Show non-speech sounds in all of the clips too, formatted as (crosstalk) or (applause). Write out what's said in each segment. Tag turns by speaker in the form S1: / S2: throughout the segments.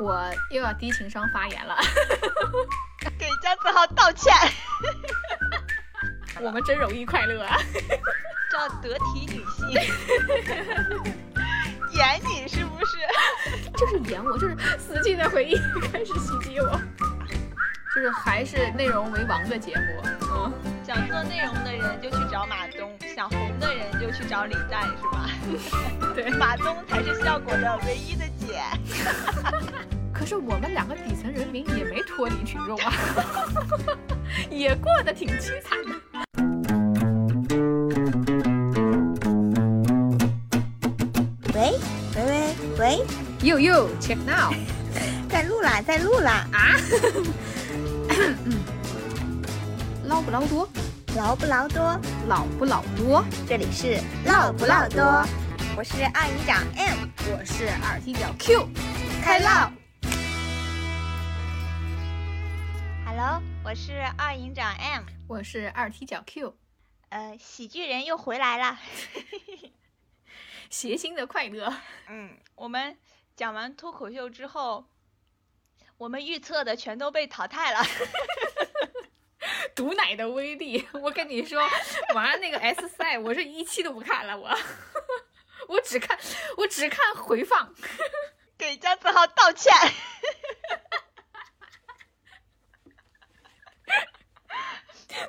S1: 我又要低情商发言了。
S2: 给姜子浩道歉。
S1: 我们真容易快乐啊！
S2: 叫得体女性，演你是不是？
S1: (laughs) 就是演我，就是死去的回忆开始袭击我，就是还是内容为王的节目。嗯，
S2: 想做内容的人就去找马东，想红的人就去找李诞，是吧？
S1: 对。
S2: 马东才是效果的唯一的姐。
S1: 可是我们两个底层人民也没脱离群众啊， (laughs) 也过得挺凄惨的。
S3: 喂喂喂喂，
S1: You you check now
S3: 在录啦，在录啦，
S1: 啊？捞不捞多？
S3: 劳不劳多？
S1: 老不老多？
S3: 这里是唠不唠多，我是二营长 M，
S1: 我是二踢脚 Q。
S3: 开唠。
S2: Hello，我是二营长 M，
S1: 我是二踢脚 Q，
S2: 呃，喜剧人又回来了。
S1: 谐星的快乐。
S2: 嗯，我们讲完脱口秀之后，我们预测的全都被淘汰了。
S1: 毒奶的威力，我跟你说，玩那个 S 赛，我是一期都不看了，我， (laughs) 我只看，我只看回放。
S2: 给姜子浩道歉。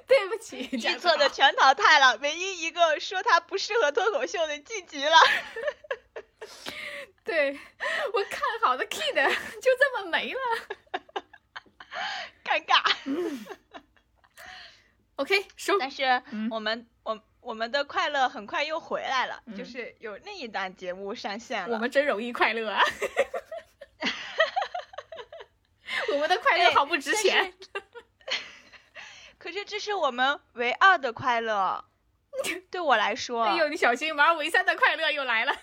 S1: 对不起，
S2: 预
S1: 预
S2: 测的全淘汰了，唯一一个说他不适合脱口秀的晋级了。
S1: 对我看好的 Kid 就这么没了。
S2: 尴尬。
S1: OK，收。
S2: 但是
S1: 嗯
S2: 我们、我我们的快乐很快又回来了，
S1: 嗯
S2: 就是有另一档节目上线了。
S1: 我们真容易快乐啊！ (laughs) 我们的快乐
S2: 哎
S1: 好不值
S2: 但
S1: 钱。
S2: 可是这是我们唯二的快乐，对我来说，
S1: 哎呦，你小心，玩唯三的快乐又来了。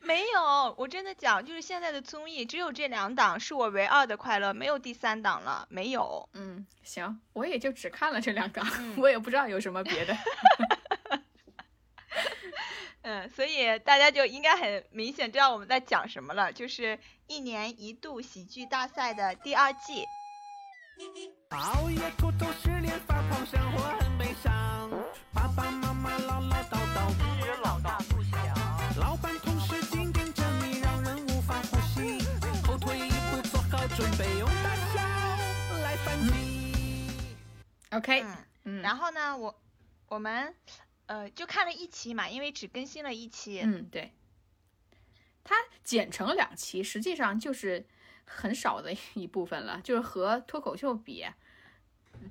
S2: 没有，我真的讲，就是现在的综艺只有这两档是我唯二的快乐，没有第三档了，没有。
S1: 嗯， (laughs) 行，我也就只看了这两档，
S2: 嗯
S1: 我也不知道有什么别
S2: (laughs)
S1: 的。
S2: 嗯，所以大家就应该很明显知道我们在讲什么了，就是一年一度喜剧大赛的第二季。
S4: 熬夜孤独失恋发胖，生活很悲伤。爸爸妈妈唠唠叨叨，一人老大不小。老板同事紧盯着你，让人无法呼吸。后退一步，做好准备，用大笑来反击。
S1: OK，
S2: 嗯。
S1: 嗯，
S2: 然后呢，我我们呃就看了一期嘛，因为只更新了一期。
S1: 嗯，对，它剪成两期，实际上就是很少的一 (laughs) 部分了，就是和脱口秀比，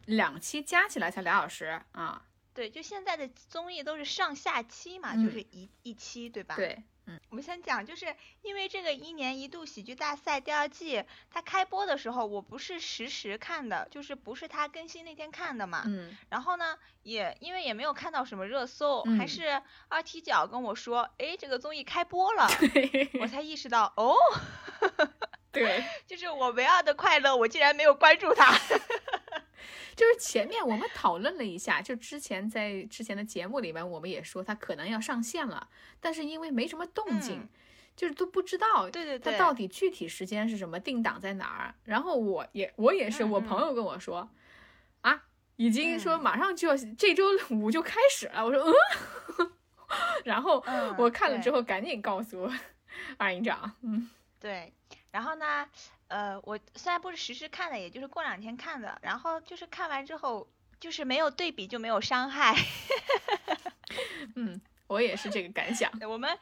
S1: 两期加起来才俩小时啊。
S2: 对，就现在的综艺都是上下期嘛，
S1: 嗯
S2: 就是一一期，对吧？。
S1: 对，
S2: 我们先讲，就是因为这个一年一度喜剧大赛第二季，它开播的时候我不是实时看的，就是不是它更新那天看的嘛。
S1: 嗯， (laughs)
S2: 然后呢，也因为也没有看到什么热搜，还
S1: 嗯
S2: 是二踢脚跟我说，诶，这个综艺开播
S1: (laughs)
S2: 了，我
S1: 对，
S2: 才意识到，哦，
S1: 对，
S2: 就是我唯二的快乐，我竟然没有关注
S1: (laughs)
S2: 它。
S1: 就是前面我们讨论了一下，就之前在之前的节目里面，我们也说它可能要上线了，但是因为没什么动静，
S2: 嗯
S1: 就是都不知道
S2: 对对
S1: 它
S2: 对，
S1: 到底具体时间是什么，定档在哪儿？然后我也我也是，
S2: 嗯
S1: 我
S2: 嗯
S1: 朋友跟我说，啊，已经说
S2: 嗯
S1: 马上就要、这周五就开始了。我说嗯， (laughs) 然后
S2: 嗯
S1: 我看了之
S2: 对
S1: 后赶紧告诉二营长，嗯
S2: 对，然后呢，呃，我虽然不是实时看的，也就是过两天看的，然后就是看完之后，就是没有对比就没有伤害， (laughs)
S1: 嗯，我也是这个感
S2: (laughs)
S1: 想。
S2: 我们，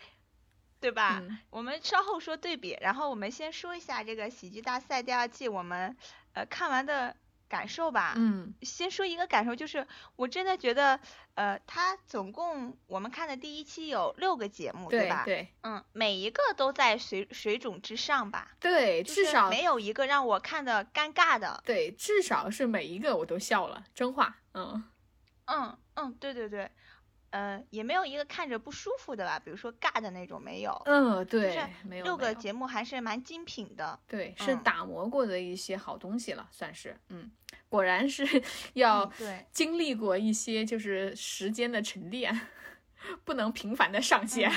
S2: 对吧？
S1: 嗯
S2: 我们稍后说对比，然后我们先说一下这个喜剧大赛第二季我们呃看完的感受吧。
S1: 嗯
S2: 先说一个感受，就是我真的觉得，呃，它总共我们看的第一期有六个节目，
S1: 对
S2: 吧？
S1: 对
S2: 嗯，每一个都在水水准之上吧，
S1: 对，
S2: 就
S1: 至
S2: 是
S1: 少
S2: 没有一个让我看的尴尬的。
S1: 对至少是每一个我都笑了，真话，嗯
S2: 嗯嗯，对对对，呃，也没有一个看着不舒服的吧，比如说尬的那种没有，
S1: 嗯，对，没有
S2: 六
S1: 没
S2: 个
S1: 有
S2: 节目还是蛮精品的。
S1: 对，是
S2: 嗯
S1: 打磨过的一些好东西了，算是，嗯，果然是 (laughs) 要
S2: 嗯对
S1: 经历过一些就是时间的沉淀，
S2: 嗯
S1: (laughs) 不能频繁的上线，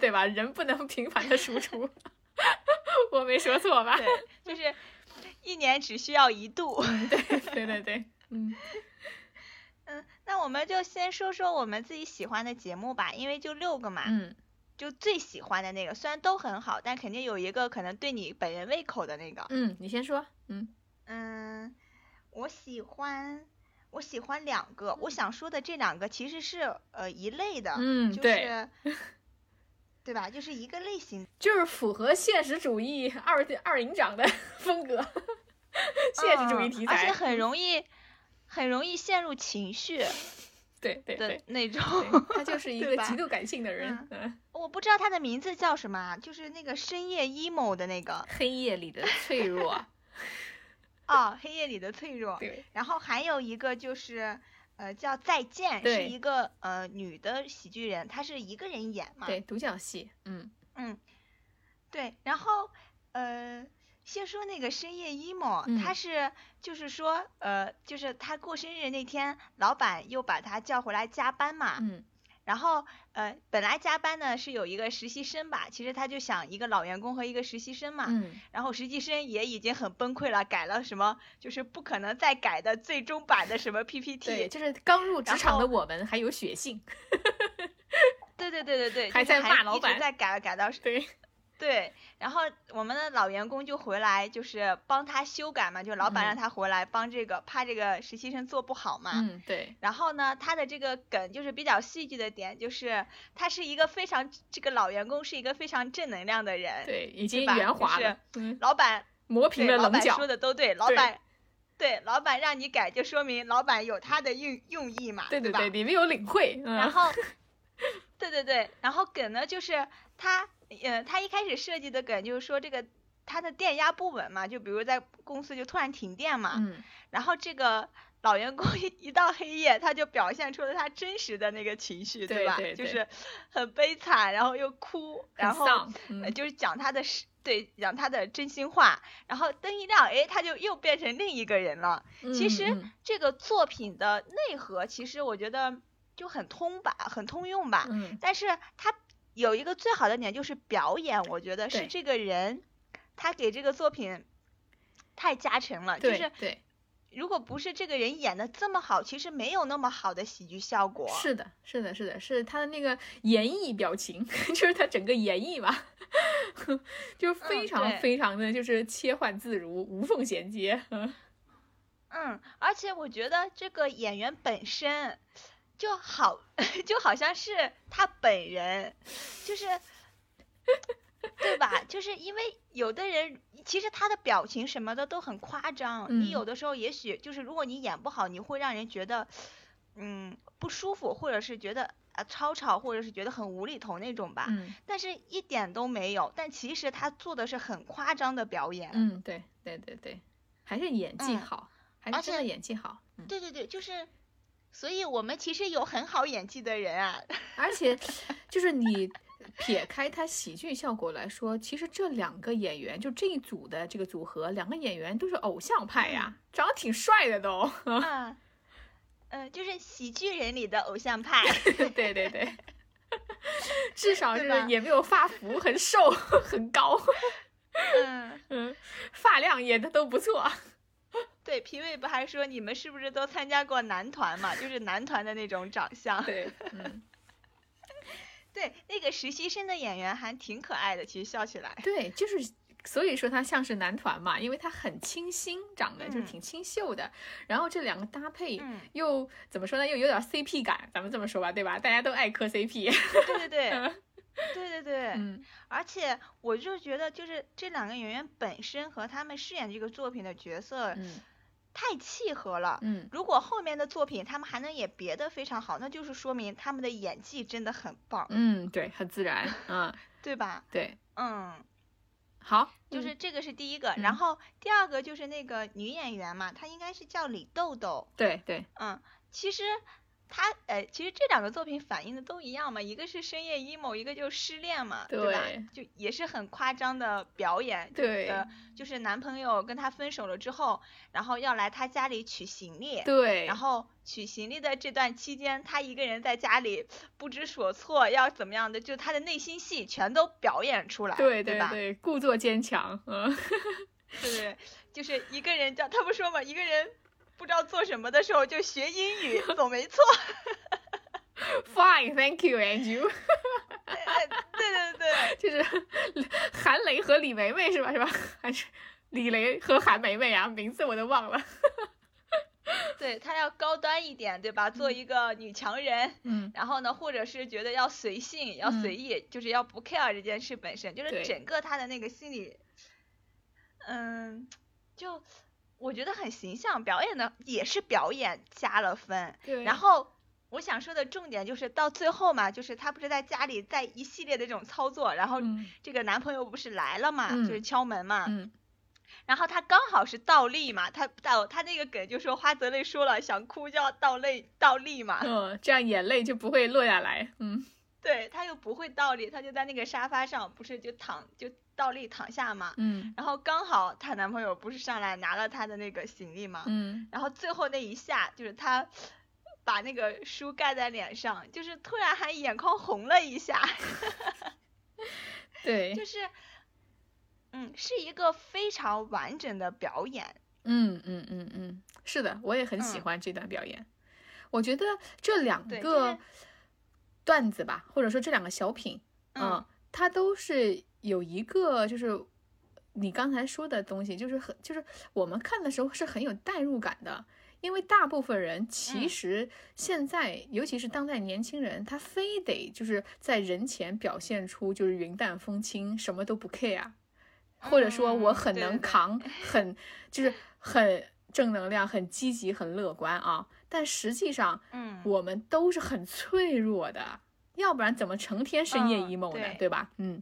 S1: 对吧？人不能频繁的输出， (laughs) 我没说错
S2: (laughs)
S1: 吧？
S2: 对，就是一年只需要一度。
S1: 嗯对对对，嗯，
S2: 嗯，那我们就先说说我们自己喜欢的节目吧，因为就六个嘛，
S1: 嗯，
S2: 就最喜欢的那个，虽然都很好，但肯定有一个可能对你本人胃口的那个。
S1: 嗯，你先说，嗯，
S2: 嗯，我喜欢，我喜欢两个。我想说的这两个其实是呃一类的，
S1: 嗯
S2: 就
S1: 对
S2: 是对吧？就是一个类型。
S1: 就是符合现实主义二二营长的 (laughs) 风格， (laughs) 现实主义
S2: 嗯
S1: 题
S2: 而且
S1: 材，
S2: 很容易，很容易陷入
S1: (laughs)
S2: 情绪
S1: 对对
S2: 的
S1: 对，
S2: 那种。
S1: 对他就是一个
S2: 对吧
S1: 极度感性的人，嗯，
S2: (laughs) 我不知道他的名字叫什么啊，就是那个深夜 emo 的那个
S1: 黑夜里的脆弱，
S2: 啊，黑夜里的脆弱。
S1: (laughs) 对，
S2: 然后还有一个就是。呃，叫再见，是
S1: 对
S2: 一个呃女的喜剧人，她是一个人演嘛，
S1: 对，独角戏，嗯，
S2: 嗯，对，然后呃，先说那个深夜 emo，、
S1: 嗯
S2: 他是就是说呃，就是他过生日那天，老板又把他叫回来加班嘛，
S1: 嗯，
S2: 然后呃，本来加班呢是有一个实习生吧，其实他就想一个老员工和一个实习生嘛，
S1: 嗯，
S2: 然后实习生也已经很崩溃了，改了什么就是不可能再改的最终版的什么 PPT，
S1: 对，就是刚入职
S2: 然
S1: 场的
S2: 后
S1: 我们还有血性，
S2: 对对对对对，
S1: 还
S2: 就是
S1: 在骂老
S2: 一直
S1: 板
S2: 在改了改到
S1: 对，
S2: 对，然后我们的老员工就回来，就是帮他修改嘛，就老板
S1: 嗯
S2: 让他回来帮这个，怕这个实习生做不好嘛。
S1: 嗯，对，
S2: 然后呢，他的这个梗就是比较戏剧的点，就是他是一个非常这个老员工是一个非常正能量的人。
S1: 对，已经
S2: 吧
S1: 圆
S2: 就
S1: 滑
S2: 是
S1: 了，嗯，
S2: 老板
S1: 磨
S2: 对
S1: 平了
S2: 老
S1: 棱
S2: 板
S1: 角
S2: 说，的都对，老
S1: 对
S2: 板对老板让你改，就说明老板有他的用用意嘛，
S1: 对对
S2: 吧？
S1: 对，你们有领会，嗯，
S2: 然后，对对对，然后梗呢，就是他，呃，他一开始设计的梗就是说这个他的电压不稳嘛，就比如在公司就突然停电嘛，
S1: 嗯，
S2: 然后这个老员工 (laughs) 一一到黑夜，他就表现出了他真实的那个情绪，
S1: 对
S2: 吧？
S1: 对
S2: 就
S1: 对
S2: 是很悲惨，然后又哭，然
S1: 很
S2: 后
S1: 丧，
S2: 呃
S1: 嗯，
S2: 就是讲他的是对，讲他的真心话，然后灯一亮，哎，他就又变成另一个人了。其
S1: 嗯
S2: 实
S1: 嗯
S2: 这个作品的内核，其实我觉得就很通吧，很通用吧。
S1: 嗯，
S2: 但是它有一个最好的点就是表演，我觉得是
S1: 对
S2: 这个人他给这个作品太加成了。就
S1: 对
S2: 是
S1: 对，
S2: 如果不是这个人演的这么好，其实没有那么好的喜剧效果。
S1: 是的，是的，是的，是他的那个演绎表情， (laughs) 就是他整个演绎吧， (laughs) 就是非
S2: 嗯
S1: 常
S2: 对
S1: 非常的就是切换自如，无缝衔接，嗯
S2: 嗯，而且我觉得这个演员本身就好， (laughs) 就好像是他本人，就是，对吧？就是因为有的人其实他的表情什么的都很夸张，
S1: 嗯
S2: 你有的时候也许就是如果你演不好，你会让人觉得，嗯，不舒服，或者是觉得啊吵吵，或者是觉得很无厘头那种吧。
S1: 嗯
S2: 但是一点都没有，但其实他做的是很夸张的表演。
S1: 嗯，对对对对，还是演技
S2: 嗯
S1: 好，还
S2: 而
S1: 是真的
S2: 且
S1: 演技好，嗯，
S2: 对对对，就是，所以我们其实有很好演技的人啊。
S1: 而且就是你撇开他喜剧效果来说，其实这两个演员就这一组的这个组合，两个演员都是偶像派呀，长得挺帅的
S2: (laughs)
S1: 都。
S2: 嗯，嗯，就是喜剧人里的偶像派。
S1: 对对对，至少就
S2: 对
S1: 是
S2: 吧
S1: 也没有发福，很瘦 (laughs) 很
S2: (laughs)
S1: 高，
S2: 嗯，
S1: 嗯，发量也都不错。
S2: 对，评委不还说你们是不是都参加过男团嘛？就是男团的那种长相。 (laughs)
S1: 对，嗯，
S2: 对，那个实习生的演员还挺可爱的，其实笑起来。
S1: 对，就是。所以说他像是男团嘛，因为他很清新，长得就是
S2: 嗯
S1: 挺清秀的。然后这两个搭配
S2: 嗯，
S1: 又、怎么说呢？又有点 CP 感，咱们这么说吧，对吧？大家都爱磕 CP。
S2: 对对对，对对对。
S1: 嗯
S2: 而且我就觉得，就是这两个演员本身和他们饰演这个作品的角色
S1: 嗯
S2: 太契合了。
S1: 嗯，
S2: 如果后面的作品他们还能演别的非常好，那就是说明他们的演技真的很棒，
S1: 嗯，对，很自然。嗯，
S2: 对吧？
S1: 对，
S2: 嗯，
S1: 好，
S2: (laughs) 就是这个是第一个，
S1: 嗯
S2: 然后第二个就是那个女演员嘛，她应该是叫李豆豆，
S1: 对对，
S2: 嗯，其实他呃，其实这两个作品反映的都一样嘛，一个是深夜 emo，一个就是失恋嘛，对吧
S1: 对？
S2: 就也是很夸张的表演，
S1: 对
S2: 呃，就是男朋友跟她分手了之后，然后要来她家里取行李，
S1: 对，
S2: 然后取行李的这段期间，她一个人在家里不知所措，要怎么样的，就她的内心戏全都表演出来，
S1: 对
S2: 对
S1: 对
S2: 吧？
S1: 对，故作坚强，嗯， (laughs)
S2: 对对，对，就是一个人叫他不说嘛，一个人不知道做什么的时候就学英语，总没错。
S1: Fine，thank you，and you，
S2: 对对对，
S1: (laughs) 就是韩雷和李梅梅是吧？是吧？ (laughs) 还是李雷和韩梅梅啊？名字我都忘了。
S2: 对他要高端一点，对吧？做一个女强人。
S1: 嗯，
S2: 然后呢，或者是觉得要随性，要随意，就是要不 care 这件事本身，就
S1: 对
S2: 是整个他的那个心理，嗯，就我觉得很形象，表演的也是表演加了分。
S1: 对。
S2: 然后我想说的重点就是到最后嘛，就是她不是在家里在一系列的这种操作，然后
S1: 嗯
S2: 这个男朋友不是来了嘛，
S1: 嗯
S2: 就是敲门嘛，
S1: 嗯，
S2: 然后她刚好是倒立嘛，她倒她那个梗就说花泽类说了想哭就要倒泪倒立嘛，
S1: 嗯，这样眼泪就不会落下来。嗯，
S2: 对，她又不会倒立，她就在那个沙发上不是就躺就倒立躺下嘛，
S1: 嗯
S2: 然后刚好她男朋友不是上来拿了她的那个行李嘛，
S1: 嗯，
S2: 然后最后那一下就是他把那个书盖在脸上，就是突然还眼眶红了一下，
S1: 对，
S2: (laughs) 就是，嗯，是一个非常完整的表演。
S1: 嗯嗯嗯嗯，是的，我也很喜
S2: 嗯
S1: 欢这段表演。我觉得这两
S2: 对就
S1: 个
S2: 是
S1: 段子吧，或者说这两个小品，
S2: 嗯
S1: 它都是有一个就是你刚才说的东西，就是很就是我们看的时候是很有代入感的，因为大部分人其
S2: 嗯
S1: 实现在，尤其是当代年轻人，他非得就是在人前表现出就是云淡风轻，什么都不 care，或者说我
S2: 嗯
S1: 很
S2: 对
S1: 能
S2: 对对
S1: 扛，很就是很正能量，很积极，很乐观啊。但实际上，
S2: 嗯，
S1: 我们都是很脆弱的，要不然怎么成天深夜
S2: 嗯
S1: emo 呢？
S2: 对
S1: 对吧？嗯，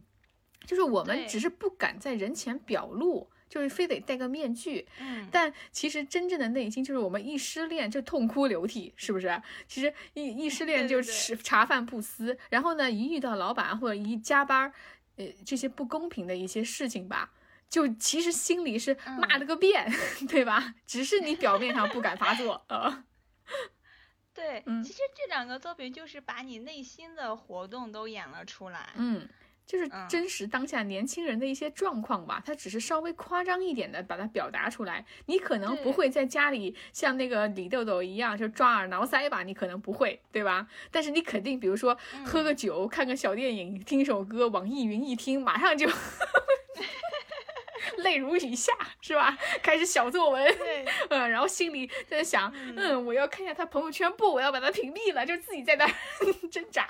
S1: 就是我们
S2: 对
S1: 只是不敢在人前表露，就是非得戴个面具。
S2: 嗯，
S1: 但其实真正的内心就是我们一失恋就痛哭流涕，是不是？其实一一失恋
S2: 对
S1: 就
S2: 对对
S1: 吃茶饭不思，然后呢，一遇到老板或者一加班儿，呃，这些不公平的一些事情吧。就其实心里是
S2: 嗯
S1: 骂了个遍， (laughs) 对吧？只是你表面上不敢发作， (laughs) 呃，
S2: 对，
S1: 嗯
S2: 其实这两个作品就是把你内心的活动都演了出来。
S1: 嗯，就是
S2: 嗯
S1: 真实当下年轻人的一些状况吧，他只是稍微夸张一点的把它表达出来。你可能不
S2: 对
S1: 会在家里像那个李豆豆一样就抓耳挠腮吧，你可能不会，对吧？但是你肯定，比如说
S2: 嗯
S1: 喝个酒、看个小电影、听首歌，网易云一听，马上就
S2: (laughs)
S1: 泪如雨下，是吧？开始小作文。
S2: 对，
S1: (laughs) 嗯，然后心里在想，嗯，我要看一下他朋友圈，不，我要把他屏蔽了，就自己在那儿 (laughs) 挣扎。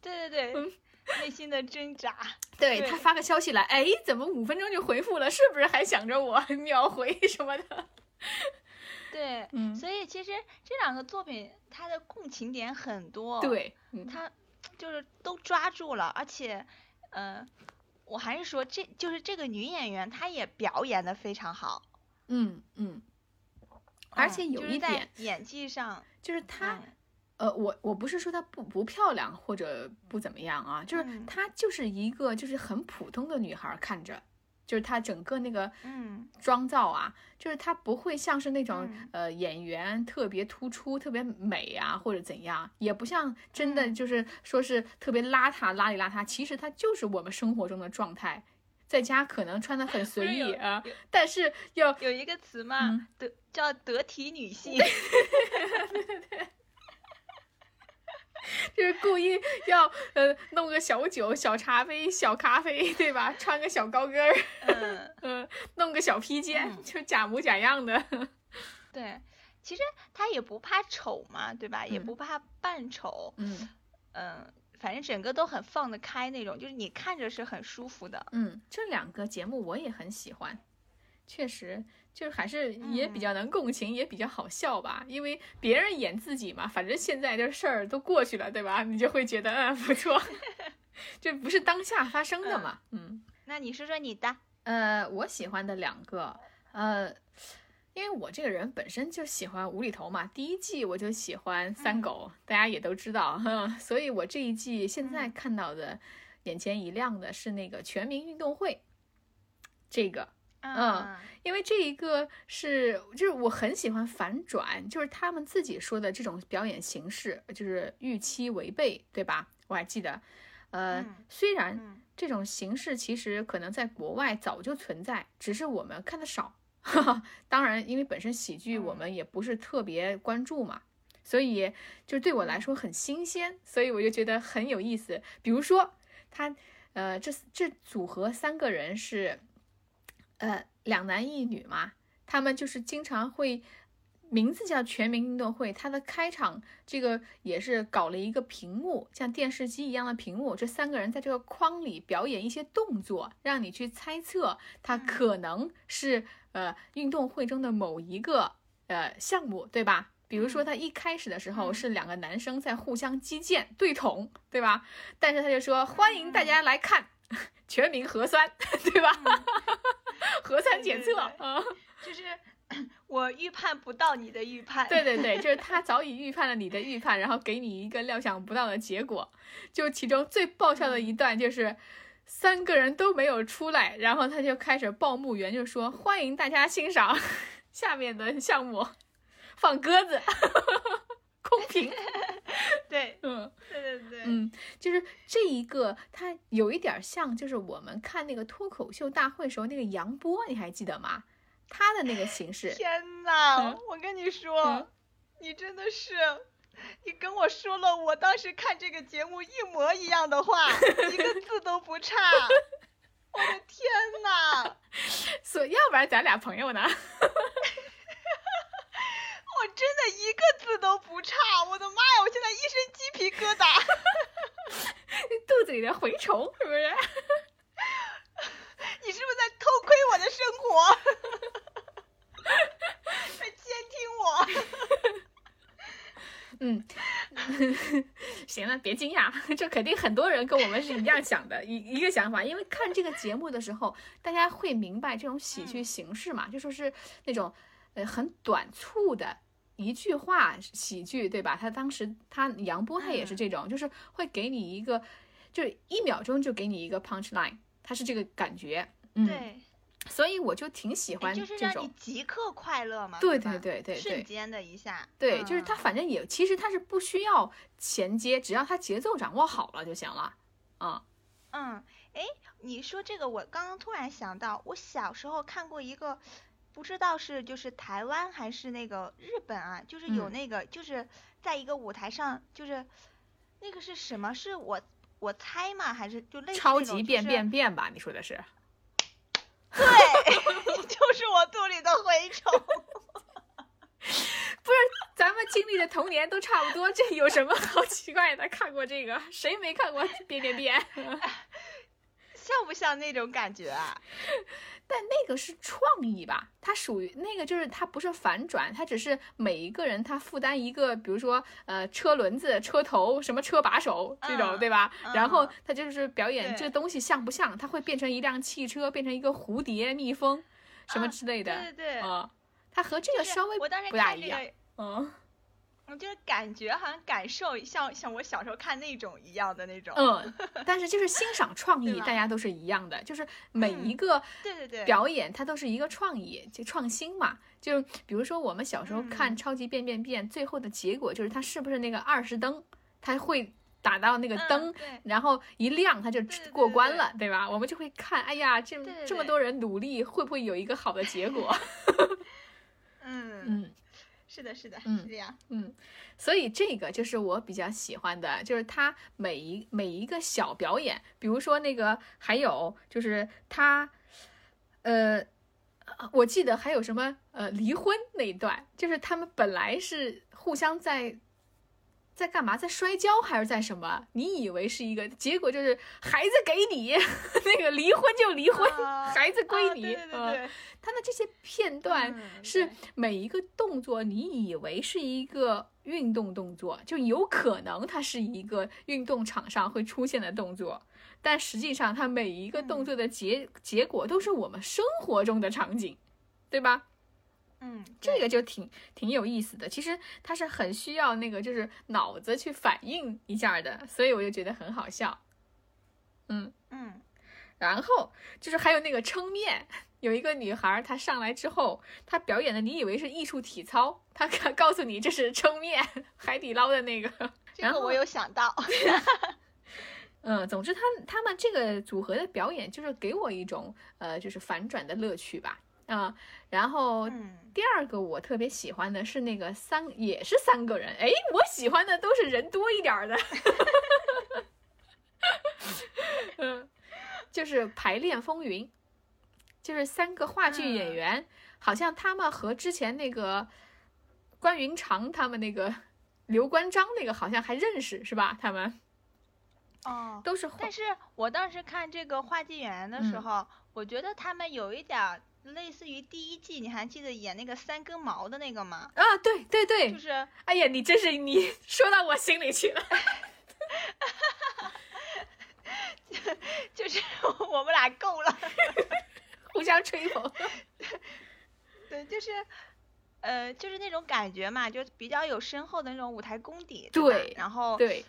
S2: 对对
S1: 嗯
S2: 对，内心的挣扎。
S1: 对
S2: 对
S1: 他发个消息来，哎，怎么五分钟就回复了？是不是还想着我 (laughs) 秒回什么的？
S2: 对，
S1: 嗯
S2: 所以其实这两个作品它的共情点很多。。
S1: 对，嗯
S2: 他就是都抓住了，而且，呃，我还是说这就是这个女演员，她也表演的非常好，
S1: 嗯嗯，而
S2: 嗯
S1: 且有
S2: 就
S1: 一
S2: 是在
S1: 点
S2: 演技上，
S1: 就是他，
S2: 嗯
S1: 呃，我我不是说她不不漂亮或者不怎么样啊，就是
S2: 嗯
S1: 她就是一个就是很普通的女孩儿，看着就是她整个那个
S2: 嗯
S1: 妆造啊，就是她不会像是那种、
S2: 嗯
S1: 呃演员特别突出、特别美啊，或者怎样，也不像真的
S2: 嗯
S1: 就是说是特别邋遢、邋里邋遢。其实她就是我们生活中的状态，在家可能穿的很随
S2: 有
S1: 意啊
S2: 有，
S1: 但是要
S2: 有一个词嘛，
S1: 嗯
S2: 得叫得体女性，
S1: 就是故意要呃弄个小酒、小茶杯、小咖啡，对吧？穿个小高跟儿，
S2: 嗯，
S1: 呃，弄个小披肩，
S2: 嗯
S1: 就假模假样的。
S2: 对，其实她也不怕丑嘛，对吧？也
S1: 嗯
S2: 不怕扮丑，
S1: 嗯
S2: 嗯，反正整个都很放得开那种，就是你看着是很舒服的，
S1: 嗯，这两个节目我也很喜欢，确实就是还是也比较能共情，也比较好笑吧，因为别人演自己嘛，反正现在这事儿都过去了，对吧？你就会觉得嗯不错， (laughs) 这不是当下发生的嘛，嗯。
S2: 那你说说你的，
S1: 呃，我喜欢的两个，呃，因为我这个人本身就喜欢无厘头嘛，第一季我就喜欢三狗，大家也都知道， (laughs) 哼，所以我这一季现在看到的，眼前一亮的是那个全民运动会，这个，
S2: 嗯
S1: 因为这一个是就是我很喜欢反转，就是他们自己说的这种表演形式，就是预期违背，对吧？我还记得，呃，
S2: 嗯
S1: 虽然
S2: 嗯
S1: 这种形式其实可能在国外早就存在，只是我们看的少。 (laughs) 当然，因为本身喜剧我
S2: 嗯
S1: 们也不是特别关注嘛，所以就对我来说很新鲜，所以我就觉得很有意思。比如说，他呃，这这组合三个人是呃两男一女嘛，他们就是经常会。名字叫全民运动会，它的开场这个也是搞了一个屏幕，像电视机一样的屏幕，这三个人在这个框里表演一些动作，让你去猜测它
S2: 嗯
S1: 可能是呃运动会中的某一个呃项目，对吧？比如说，他一开始的时候
S2: 嗯
S1: 是两个男生在互相击剑对捅，对吧？但是他就说欢迎大家来看 (laughs) 全民核酸， (laughs) 对吧？核酸检测
S2: 对对
S1: 啊，
S2: 就是 (coughs) 我预判不到你的预
S1: (laughs)
S2: 判。
S1: 对对对，就是他早已预判了你的预判，然后给你一个料想不到的结果。就其中最爆笑的一段就是。三个人都没有出来，然后他就开始报幕员就说：“欢迎大家欣赏 (laughs) 下面的项目，放鸽子， (laughs) 空瓶。
S2: 对”
S1: 嗯，
S2: 对对对，
S1: 嗯，就是这一个，它有一点儿像，就是我们看那个脱口秀大会时候那个杨波，你还记得吗？他的那个形式，
S2: 天哪！
S1: 嗯
S2: 我跟你说，
S1: 嗯
S2: 你真的是，你跟我说了我当时看这个节目一模一样的话，
S1: (laughs)
S2: 一个字都不差。我的天哪！
S1: 所以要不然咱俩朋友呢？ (laughs)
S2: 我真的一个字都不差，我的妈呀！我现在一身鸡皮疙瘩，
S1: 肚子里的蛔虫是不是？
S2: 你是不是在偷窥我的生活？ (laughs) 在监听我？
S1: 嗯，行了，别惊讶， (laughs) 这肯定很多人跟我们是一样想的，一一个想法。因为看这个节目的时候，大家会明白这种喜
S2: 嗯
S1: 剧形式嘛，就说是那种呃很短促的。一句话喜剧，对吧？他当时他杨波他也
S2: 嗯
S1: 是这种，就是会给你一个，就是一秒钟就给你一个 punch line，他是这个感觉，嗯，，所以我就挺喜欢
S2: 哎就
S1: 这
S2: 是
S1: 种，
S2: 让你即刻快乐嘛。
S1: 对
S2: 吧
S1: 对对对对，
S2: 瞬间的一下。
S1: 对，就是
S2: 嗯
S1: 它，反正也其实它是不需要衔接，只要它节奏掌握好了就行了。啊、
S2: 嗯，哎，你说这个，我刚刚突然想到，我小时候看过一个，不知道是就是台湾还是那个日本啊，就是有
S1: 嗯
S2: 那个、就是在一个舞台上，就是那个是什么？是我我猜吗？还是就类似
S1: 超
S2: 那哎种
S1: 级
S2: 就
S1: 变
S2: 是
S1: 变变吧，你说的是？
S2: 对， (laughs) 就是我肚里的蛔虫。
S1: 咱们经历的童年都差不多，这有什么好奇怪的？看过这个，谁没看过变变变？ (laughs)
S2: 像不像那种感觉
S1: (laughs)
S2: 啊？
S1: 但那个是创意吧，它属于那个就是它不是反转，它只是每一个人他负担一个，比如说呃车轮子、车头、什么车把手这种，
S2: 嗯
S1: 对吧？然后
S2: 嗯
S1: 他就是表演
S2: 对
S1: 这个东西像不像，它会变成一辆汽车，变成一个蝴蝶、蜜蜂什么
S2: 嗯
S1: 之类的，
S2: 对对对，
S1: 啊、它和这
S2: 就
S1: 个
S2: 是
S1: 稍微
S2: 我当时
S1: 不大
S2: 看
S1: 一
S2: 这
S1: 样，
S2: 个。
S1: 嗯
S2: 我就是感觉好像感受像像我小时候看那种一样的那种，
S1: 嗯，
S2: (laughs)
S1: 但是就是欣赏创
S2: 对
S1: 意，
S2: 吧
S1: 大家都是一样的，就是每一
S2: 嗯
S1: 个
S2: 对对对，
S1: 表演它都是一个创意，就创新嘛。就比如说我们小时候看
S2: 嗯
S1: 《超级变变变》，最后的结果就是它是不是那个二十灯，它会打到那个
S2: 嗯
S1: 灯，
S2: 对
S1: 然后一亮它就
S2: 对对
S1: 过
S2: 对
S1: 关
S2: 对
S1: 了，对吧？我们就会看，哎呀，这
S2: 对对
S1: 这么
S2: 对
S1: 多人努力，会不会有一个好的结
S2: (laughs)
S1: 果？ (laughs)
S2: 嗯，
S1: 嗯
S2: 是的，是的，
S1: 嗯
S2: 是这样。啊
S1: 嗯，所以这个就是我比较喜欢的，就是他每一每一个小表演，比如说那个，还有就是他，呃，我记得还有什么呃离婚那一段，就是他们本来是互相在。在干嘛？在摔跤还是在什么？你以为是一个，结果就是孩子给你 (laughs) 那个离婚就离婚，
S2: 啊
S1: 孩子归
S2: 啊
S1: 你。
S2: 对对对
S1: 呃
S2: 对，
S1: 他的这些片段
S2: 嗯
S1: 是
S2: 对
S1: 每一个动作，你以为是一个运动动作，就有可能它是一个运动场上会出现的动作，但实际上它每
S2: 嗯
S1: 一个动作的结结果都是我们生活中的场景，对吧？
S2: 嗯，
S1: 这
S2: 对
S1: 个就挺挺有意思的。其实它是很需要那个就是脑子去反应一下的，所以我就觉得很好笑。嗯，
S2: 嗯
S1: 然后就是还有那个撑面，有一个女孩儿她上来之后，她表演的你以为是艺术体操，她告 (laughs) 告诉你这是撑面，海底捞的那个。 (laughs)
S2: 这
S1: 然
S2: 个
S1: 后
S2: 我有想
S1: (laughs)
S2: 到，
S1: 嗯，总之他他们这个组合的表演就是给我一种呃，就是反转的乐趣吧。啊、然后
S2: 嗯
S1: 第二个我特别喜欢的是那个三，也是三个人。哎，我喜欢的都是人多一点儿的。 (laughs) 嗯，就是排练风云，就是三个话剧演
S2: 嗯
S1: 员，好像他们和之前那个关云长他们那个 (laughs) 刘关张那个好像还认识是吧？他们
S2: 哦，
S1: 都是话
S2: 但是我当时看这个话剧演员的时
S1: 嗯
S2: 候，我觉得他们有一点儿类似于第一季，你还记得演那个三根毛的那个吗？
S1: 啊，对对对，
S2: 就是
S1: 哎呀，你真是你说到我心里去了。 (laughs)
S2: 就是 (laughs) 我们俩够了，
S1: 互相吹
S2: (laughs)
S1: 捧，
S2: 对，就是。呃，就是那种感觉嘛，就比较有深厚的那种舞台功底，吧
S1: 对
S2: 然后
S1: 对，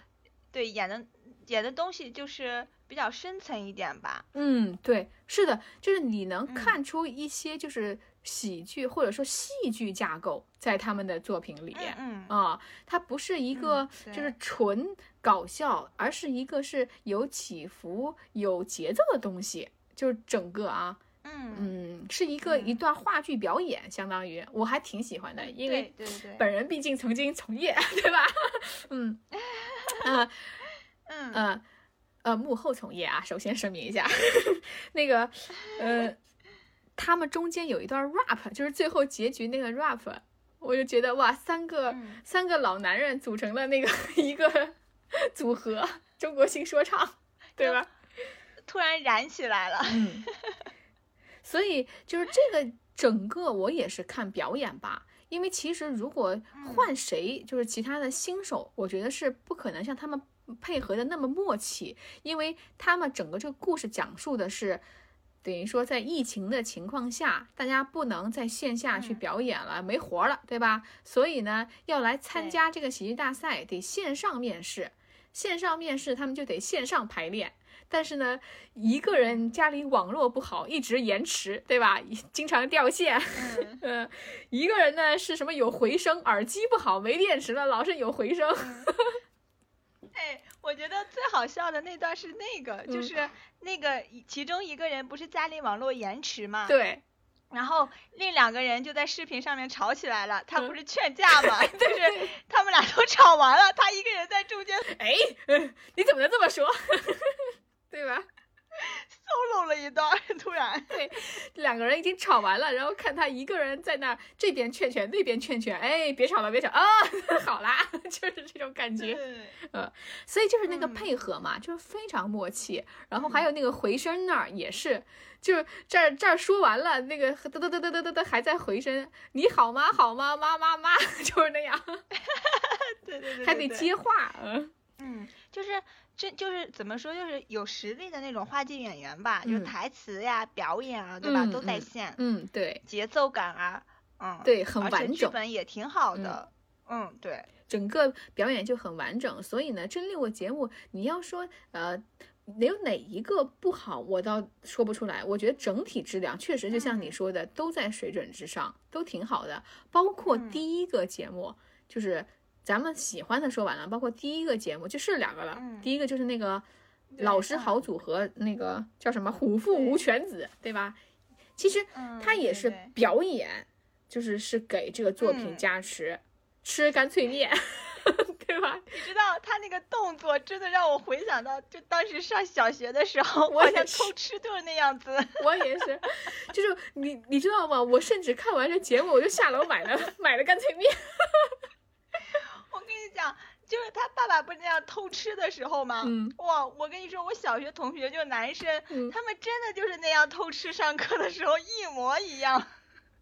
S2: 对演的演的东西就是比较深层一点吧，
S1: 嗯，对，是的，就是你能
S2: 嗯
S1: 看出一些就是喜剧或者说戏剧架构在他们的作品里
S2: 嗯嗯，
S1: 啊，它不是一个
S2: 嗯
S1: 就是
S2: 对
S1: 纯搞笑，而是一个是有起伏、有节奏的东西，就是整个啊，
S2: 嗯，
S1: 嗯，是一个一
S2: 嗯
S1: 段话剧表演，相当于我还挺喜欢的，因为
S2: 对对对，
S1: 本人毕竟曾经从业， (laughs) 对吧？嗯，啊、
S2: 嗯
S1: 呃呃，幕后从业啊，首先声明一下， (laughs) 那个呃，他们中间有一段 rap，就是最后结局那个 rap，我就觉得哇，三个、
S2: 嗯
S1: 三个老男人组成了那个 (laughs) 一个组合，中国新说唱，对吧？
S2: 突然燃起来了，
S1: 嗯， (laughs) 所以就是这个整个我也是看表演吧，因为其实如果换谁，就是其他的新手，我觉得是不可能像他们配合的那么默契，因为他们整个这个故事讲述的是。等于说，在疫情的情况下，大家不能在线下去
S2: 嗯
S1: 表演了，没活儿了，对吧？所以呢，要来参
S2: 对
S1: 加这个喜剧大赛，得线上面试。线上面试，他们就得线上排练。但是呢，一个人家里网络不好，一直延迟，对吧？ (laughs) 经常掉线。
S2: (laughs) 嗯
S1: 嗯，一个人呢是什么有回声，耳机不好，没电池了，老是有回声。
S2: 哎，我觉得最好笑的那段是那个，就
S1: 嗯
S2: 是那个一其中一个人不是家里网络延迟嘛，，
S1: 对，
S2: 然后另两个人就在视频上面吵起来了，他
S1: 嗯
S2: 不是劝架
S1: (laughs)
S2: 嘛，就是他们俩都吵完了，他一个人在中间
S1: 哎， (laughs) 嗯你怎么能这么说？ (laughs) 对吧？
S2: solo 了一段， (laughs) 突然，
S1: 两个人已经吵完了，然后看他一个人在那儿这边劝劝，那边劝劝，哎，别吵了，别吵啊、 (laughs) 好啦，就是这种感 (laughs) 觉。
S2: 对，
S1: 所以就是那个
S2: 嗯
S1: 配合嘛，就是非常默契。然后还有那个回声那儿也是，就是这儿这儿说完了，那个嘚嘚嘚嘚嘚嘚嘚还在回声，你好吗？好吗？妈妈 (laughs) 妈，就是那样，
S2: 对对对对，
S1: 还得
S2: 对，
S1: 接话。嗯
S2: 嗯，就是。这就是怎么说，就是有实力的那种话剧演员吧，就是
S1: 嗯
S2: 台词呀、表演啊，对吧，
S1: 嗯
S2: 都在
S1: 嗯
S2: 线，
S1: 嗯，对
S2: 节奏感啊，嗯，
S1: 对，很
S2: 而且
S1: 完
S2: 剧
S1: 整，
S2: 本也挺好
S1: 嗯
S2: 的，嗯，对，
S1: 整个表演就很完整。所以呢，这六个节目你要说呃。没有哪一个不好，我倒说不出来。我觉得整体质量确实就像你
S2: 嗯
S1: 说的，都在水准之上，都挺好的。包括
S2: 嗯
S1: 第一个节目，就是咱们喜欢的说完了，包括第一个节目就剩两个了。
S2: 嗯
S1: 第一个就是那个
S2: 对
S1: 老师
S2: 嗯
S1: 好组合，那个叫什么虎父无
S2: 对
S1: 犬子，对吧？其实
S2: 嗯
S1: 他也
S2: 对
S1: 是
S2: 对
S1: 表演，就是是给这个作品
S2: 嗯
S1: 加持，吃干脆面， (laughs) 对吧？
S2: 你知道他那个动作真的让我回想到，就当时上小学的时候，
S1: 我
S2: 好
S1: 也
S2: 像
S1: 是
S2: 偷吃就是那样子。
S1: 我也是，就是你你知道吗？我甚至看完这节目，我就下楼买了买了干脆面。
S2: 我跟你讲，就是他爸爸不是那样偷吃的时候吗？
S1: 嗯
S2: 哇，我跟你说，我小学同学就男生，
S1: 嗯
S2: 他们真的就是那样偷吃，上课的时候一模一样。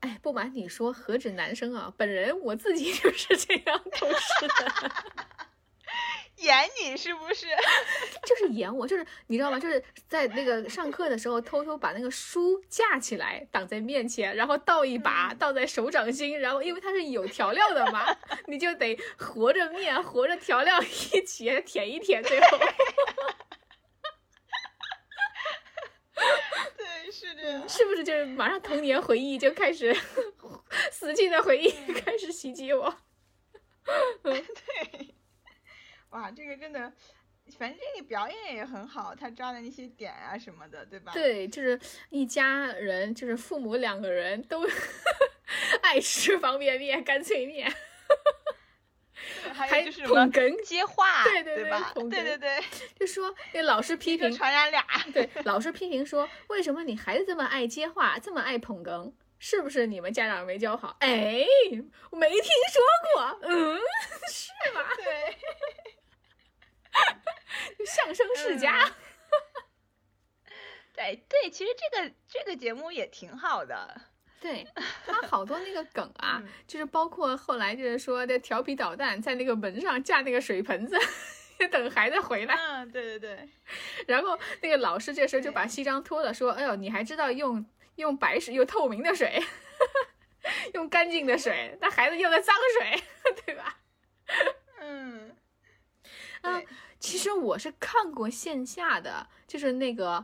S1: 哎，不瞒你说，何 (laughs) 止男生啊，本人我自己就是这样偷吃的。
S2: 演你是不是？
S1: (laughs)
S2: (laughs)
S1: 就是演我，就是你知道吗？就是在那个上课的时候，偷偷把那个书架起来，挡在面前，然后倒一把，倒在手掌心，然后因为它是有调料的嘛， (laughs) 你就得和着面，和着调料一起舔一舔，最后
S2: 对，是这样。
S1: 是不是就是马上童年回忆就开始死去的回忆
S2: 嗯
S1: 开始袭击我？
S2: 啊哇，这个真的，反正这个表演也很好，他抓的那些点啊什么的，对
S1: (laughs)
S2: 吧？
S1: 对，就是一家人，就是父母两个人都 (laughs) 爱吃方便面、干脆面，
S2: 对，还
S1: 还
S2: 有就是什么
S1: 捧哏，
S2: 接话，
S1: 对对对
S2: 吧？
S1: 捧
S2: 对
S1: 哏
S2: 对对，
S1: 就说那老师批
S2: 一个
S1: 评啊
S2: 传
S1: (laughs)
S2: 染俩，
S1: 对，老师批评说，为什么你孩子这么爱接话，这么爱捧哏？是不是你们家长没教好？哎，我没听说过。嗯，
S2: 对，
S1: 相声世
S2: 嗯
S1: 家。
S2: (laughs) 对对，其实这个这个节目也挺好的，
S1: (laughs) 对他好多那个梗啊，
S2: 嗯
S1: 就是包括后来就是说的调皮捣蛋，在那个门上架那个水盆子， (laughs) 等孩子回来。
S2: 嗯，对对对，
S1: 然后那个老师这时候就把西装脱了，说：“哎呦，你还知道用用白水，用透明的水， (laughs) 用干净的水，那孩子用的脏水， (laughs) 对吧？”
S2: 嗯，
S1: 啊
S2: 对，
S1: 其实我是看过线下的，就是那个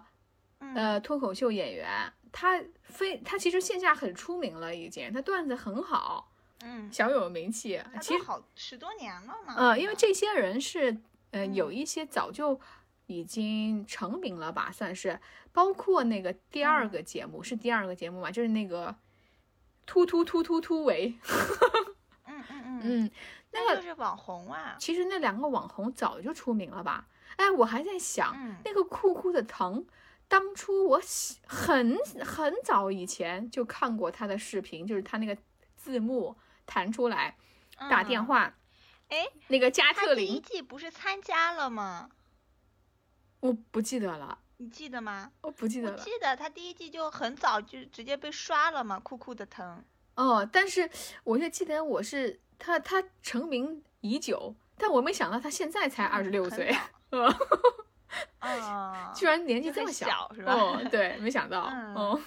S2: 嗯，
S1: 呃脱口秀演员，他非他其实线下很出名了，已经他段子很好，
S2: 嗯，
S1: 小有名气
S2: 那。
S1: 其
S2: 都
S1: 实
S2: 好十多年了嘛，
S1: 呃，因为
S2: 吧
S1: 这些人是呃
S2: 嗯
S1: 有一些早就已经成名了吧，算是包括那个第二
S2: 嗯
S1: 个节目是第二个节目嘛，就是那个突突突突突围，
S2: (laughs) 嗯嗯嗯，
S1: 嗯，那
S2: 那
S1: 个
S2: 就是网红啊，
S1: 其实那两个网红早就出名了吧？哎，我还在想，
S2: 嗯
S1: 那个酷酷的疼，当初我喜很很早以前就看过他的视频，就是他那个字幕弹出来打电
S2: 嗯，
S1: 话，
S2: 哎，
S1: 那个加特
S2: 他第一
S1: 林，
S2: 季不是参加了吗？
S1: 我不记得了，
S2: 你记得吗？
S1: 我不记
S2: 我
S1: 得了
S2: 记。得他第一季就很早就直接被刷了嘛，酷酷的疼。
S1: 哦，但是我就记得我是他，他成名已久，但我没想到他现在才
S2: 嗯
S1: 二十六
S2: 很
S1: 岁，哦
S2: 早嗯，
S1: (laughs) 居然年纪
S2: 就
S1: 这
S2: 很
S1: 么
S2: 小是吧
S1: 哦，对，没想到，
S2: 嗯
S1: 哦。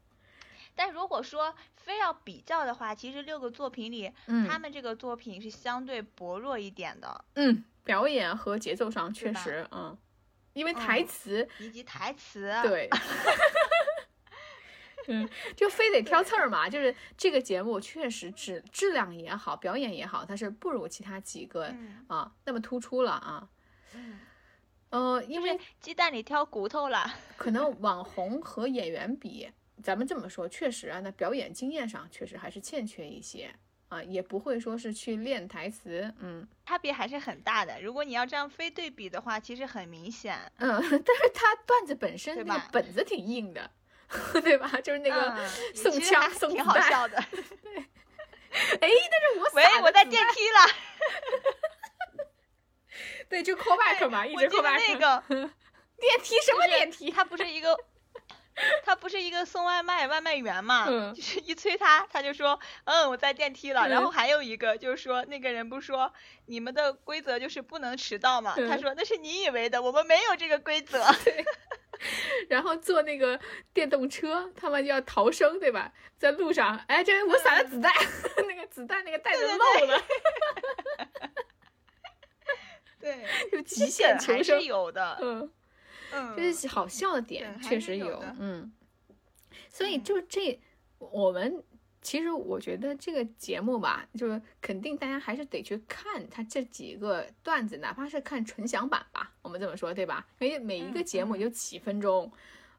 S2: (laughs) 但如果说非要比较的话，其实六个作品里，
S1: 嗯
S2: 他们这个作品是相对薄弱一点的，
S1: 嗯，表演和节奏上确
S2: 对吧
S1: 实，嗯，因为
S2: 嗯
S1: 台词、
S2: 以及台词。，啊 (laughs)
S1: 对，嗯，就非得挑刺儿嘛。就是这个节目确实质质量也好，表演也好，它是不如其他几个、
S2: 嗯
S1: 啊那么突出了啊。
S2: 嗯，
S1: 呃，因为
S2: 鸡蛋里挑骨头了。
S1: 可能网红和演员比，咱们这么说，确实啊，那表演经验上确实还是欠缺一些啊，也不会说是去练台词，嗯。
S2: 差别还是很大的。如果你要这样非对比的话，其实很明显。
S1: (laughs) 嗯，但是他段子本身
S2: 对
S1: 那个
S2: 吧
S1: 本子挺硬的， (laughs) 对吧？就是那个，
S2: 嗯
S1: 送
S2: 其实
S1: 枪
S2: 还
S1: 送
S2: 挺
S1: 子
S2: 好
S1: 弹 (laughs)
S2: 笑的。
S1: 哎、但是我
S2: 喂
S1: 撒，的
S2: 我在
S1: 子
S2: 电
S1: 弹
S2: 梯
S1: (laughs)
S2: 了。
S1: 对，就 call back 嘛，一
S2: 我
S1: 直
S2: 记
S1: call
S2: 得
S1: back。
S2: 那个
S1: (laughs) 电梯什么电梯？
S2: 他不是一个，他不是一个送外卖外卖员嘛，
S1: 嗯
S2: 就是一催他，他就说，嗯，我在电梯了。然
S1: 嗯
S2: 后还有一个就是说，那个人不是说你们的规则就是不能迟到嘛，他
S1: 嗯
S2: 说那是你以为的，我们没有这个
S1: (laughs)
S2: 规则。
S1: (laughs) 然后坐那个电动车，他们就要逃生，对吧？在路上，哎，这我撒了子弹，那个子弹那个袋子漏了，
S2: (laughs) 对，
S1: 就 (laughs) 极
S2: 这
S1: 限
S2: 梗还
S1: 求
S2: 是
S1: 生。
S2: 有的，
S1: 嗯，
S2: 嗯，
S1: 这是好笑的点，
S2: 梗还
S1: 确
S2: 是
S1: 实
S2: 有
S1: 有
S2: 的。
S1: 嗯，所以
S2: 嗯
S1: 就这，我们其实我觉得这个节目吧，就是肯定大家还是得去看它这几个段子，哪怕是看纯享版吧，我们这么说对吧？因为每一个
S2: 嗯
S1: 节目
S2: 嗯
S1: 有几分钟，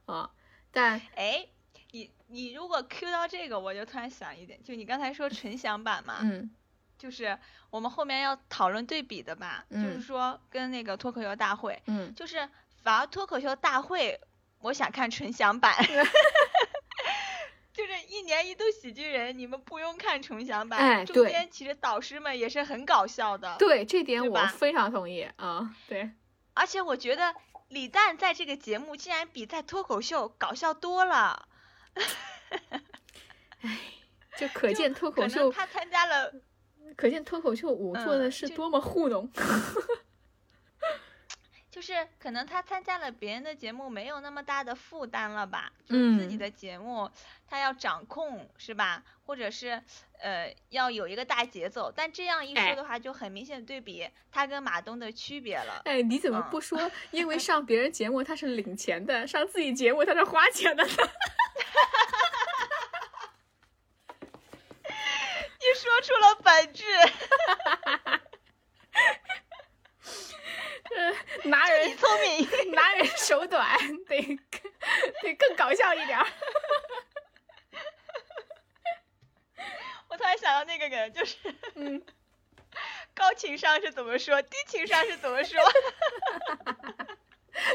S1: 啊，但
S2: 哎，你你如果 Q 到这个，我就突然想一点，就你刚才说纯享版嘛，
S1: 嗯
S2: 就是我们后面要讨论对比的吧，就是
S1: 嗯
S2: 说跟那个脱口秀大会，
S1: 嗯，
S2: 就是反而脱口秀大会，我想看纯
S1: (laughs)
S2: 享版。就是一年一度喜剧人，你们不用看纯享版，
S1: 哎
S2: 中
S1: 对
S2: 间其实导师们也是很搞笑的。
S1: 对这点
S2: 对
S1: 我
S2: 吧
S1: 非常同意啊，对，
S2: 而且我觉得李诞在这个节目竟然比在脱口秀搞笑多了，
S1: 就可见脱
S2: 可
S1: 口
S2: 能
S1: 秀，
S2: 他参加了
S1: 可见脱口秀舞做
S2: 嗯
S1: 的是
S2: 就
S1: 多么糊弄，
S2: 就是可能他参加了别人的节目，没有那么大的负担了吧？就是自己
S1: 嗯
S2: 的节目，他要掌控是吧？或者是呃要有一个大节奏，但这样一
S1: 哎
S2: 说的话，就很明显对比他跟马东的区别
S1: (laughs)
S2: 了。
S1: 哎，你怎么
S2: 嗯
S1: 不说？因为上别人节目他是领钱的，上自己节目他是花钱的呢？
S2: 你说出了本质，
S1: 拿人
S2: 你聪明。 (laughs)
S1: 拿人手短，得更得更搞笑一点儿。 (laughs)
S2: 我突然想到那个梗，就是
S1: 嗯，
S2: (laughs) 高情商是怎么说，低情商是怎么
S1: (laughs)
S2: 说？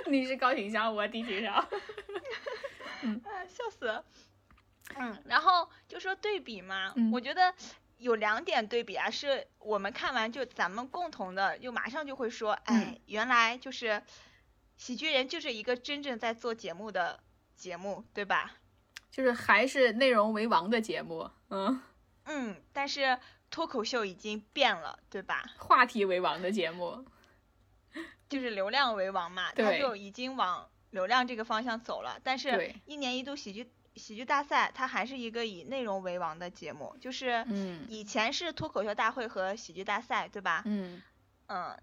S1: 你是高情商，我低情商。
S2: 啊，笑死了。嗯，然后就说对比嘛，
S1: 嗯
S2: 我觉得有两点对比啊，是我们看完就咱们共同的，就马上就会说，哎，原来就是喜剧人就是一个真正在做节目的节目，对吧？
S1: 就是还是内容为王的节目，嗯，
S2: 嗯，但是脱口秀已经变了，对吧？
S1: 话题为王的节目，
S2: 就是流量为王嘛，他
S1: 对
S2: 就已经往流量这个方向走了。但是
S1: 对，
S2: 一年一度喜剧喜剧大赛，它还是一个以内容为王的节目，就是
S1: 嗯
S2: 以前是脱口秀大会和喜剧大赛，对吧？
S1: 嗯，
S2: 嗯，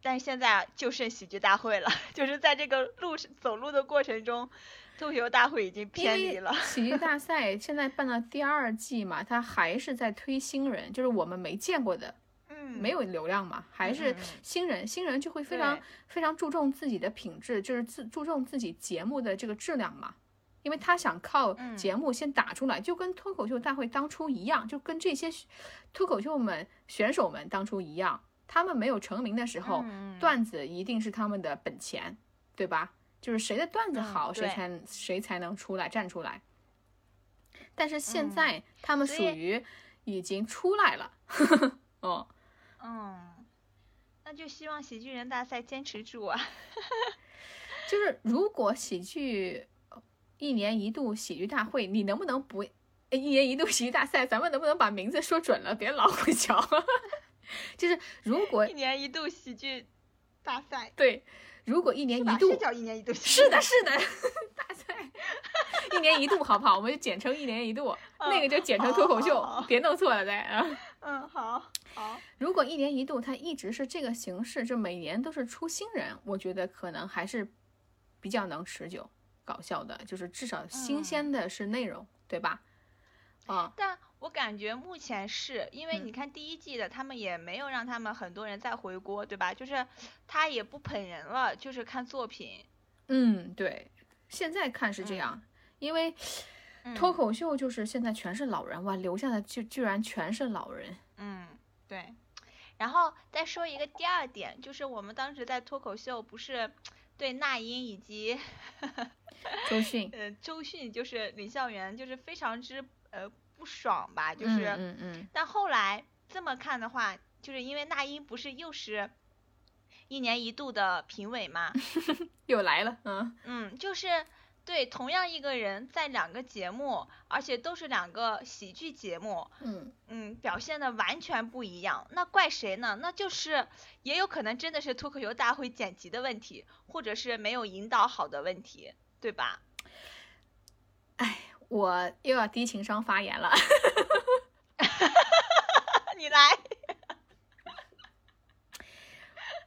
S2: 但是现在就剩喜剧大会了， (laughs) 就是在这个路上走路的过程中，脱口秀大会已经偏离了。
S1: 喜剧大赛现在办到第二季嘛，它还是在推新人，就是我们没见过的，
S2: 嗯，
S1: 没有流量嘛，还是
S2: 嗯嗯嗯
S1: 新人，新人就会非常
S2: 对
S1: 非常注重自己的品质，就是自注重自己节目的这个质量嘛。因为他想靠
S2: 嗯
S1: 节目先打出来，就跟脱口秀大会当初一样，就跟这些脱口秀们选手们当初一样，他们没有成名的时候，
S2: 嗯，
S1: 段子一定是他们的本钱，对吧？就是谁的段子
S2: 嗯
S1: 好，谁
S2: 对
S1: 才谁才能出来站出来。但是现
S2: 嗯
S1: 在、他们
S2: 所
S1: 属
S2: 以
S1: 于已经出来了， (laughs) 哦，
S2: 嗯，那就希望喜剧人大赛坚持住啊。
S1: 就是如果喜剧一年一度喜剧大会，你能不能不哎一年一度喜剧大赛，咱们能不能把名字说准了，别老会瞧。 (laughs) 就是如果
S2: 一年一度喜剧大赛。
S1: 对，如果一年
S2: 是
S1: 一
S2: 吧？
S1: 度
S2: 是叫一年一度喜
S1: 是
S2: 剧
S1: 的，是的， (laughs) 大赛一年一度，好不好？我们就简称一年一
S2: 哦
S1: 度，那个就简称脱口秀，
S2: 好好好
S1: 别弄错了再啊。
S2: 嗯，好，好，
S1: 如果一年一度它一直是这个形式，就每年都是出新人，我觉得可能还是比较能持久、搞笑的，就是至少新
S2: 嗯
S1: 鲜的是内容，对吧？啊，
S2: 但我感觉目前是因为
S1: 嗯
S2: 你看第一季的，他们也没有让他们很多人再回锅，对吧？就是他也不捧人了，就是看作品。
S1: 嗯，对，现在看是这
S2: 嗯
S1: 样，因为
S2: 嗯
S1: 脱口秀就是现在全是老人哇，留下的就居然全是老人，
S2: 嗯，对。然后再说一个第二点，就是我们当时在脱口秀不是对那英以及
S1: 周迅，
S2: 呃周迅，就是李孝元，就是非常之呃不爽吧， (laughs) 就
S1: 嗯
S2: 是。啊
S1: 嗯嗯，
S2: 但后来这么看的话，就是因为那英不是又是一年一度的评委嘛，
S1: 又来了，嗯。
S2: 嗯，就是对同样一个人在两个节目，而且都是两个喜剧节目，
S1: 嗯，
S2: 嗯，表现的完全不一样，那怪谁呢？那就是也有可能真的是脱口秀大会剪辑的问题，或者是没有引导好的问题，对吧？ (laughs)
S1: 我又要低情商发言了。
S2: 你来，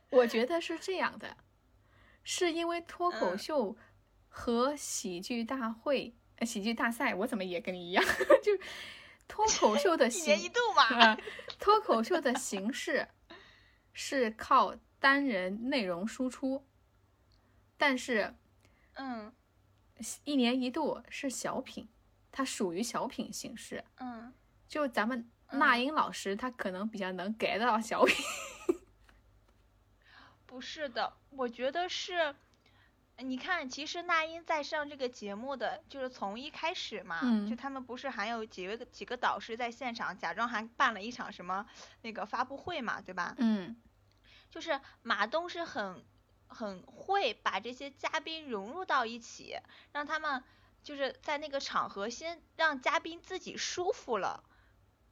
S1: 我觉得是这样的，是因为脱口
S2: 嗯
S1: 秀和喜剧大会、呃喜剧大赛，我怎么也跟你一样， (laughs) 就是脱口秀的
S2: 一年一
S1: 形，
S2: 度嘛，
S1: 呃，脱口秀的形式是靠单人内容输出，但是
S2: (laughs) 嗯
S1: 一年一度是小品，它属于小品形式。
S2: 嗯，
S1: 就咱们
S2: 嗯
S1: 那英老师，她可能比较能 get 到小品。
S2: 不是的，我觉得是，呃你看，其实那英在上这个节目的，就是从一开始嘛，
S1: 嗯
S2: 就他们不是还有几个几个导师在现场，假装还办了一场什么那个发布会嘛，对吧？
S1: 嗯
S2: 就是马东是很很会把这些嘉宾融入到一起，让他们就是在那个场合先让嘉宾自己舒服了，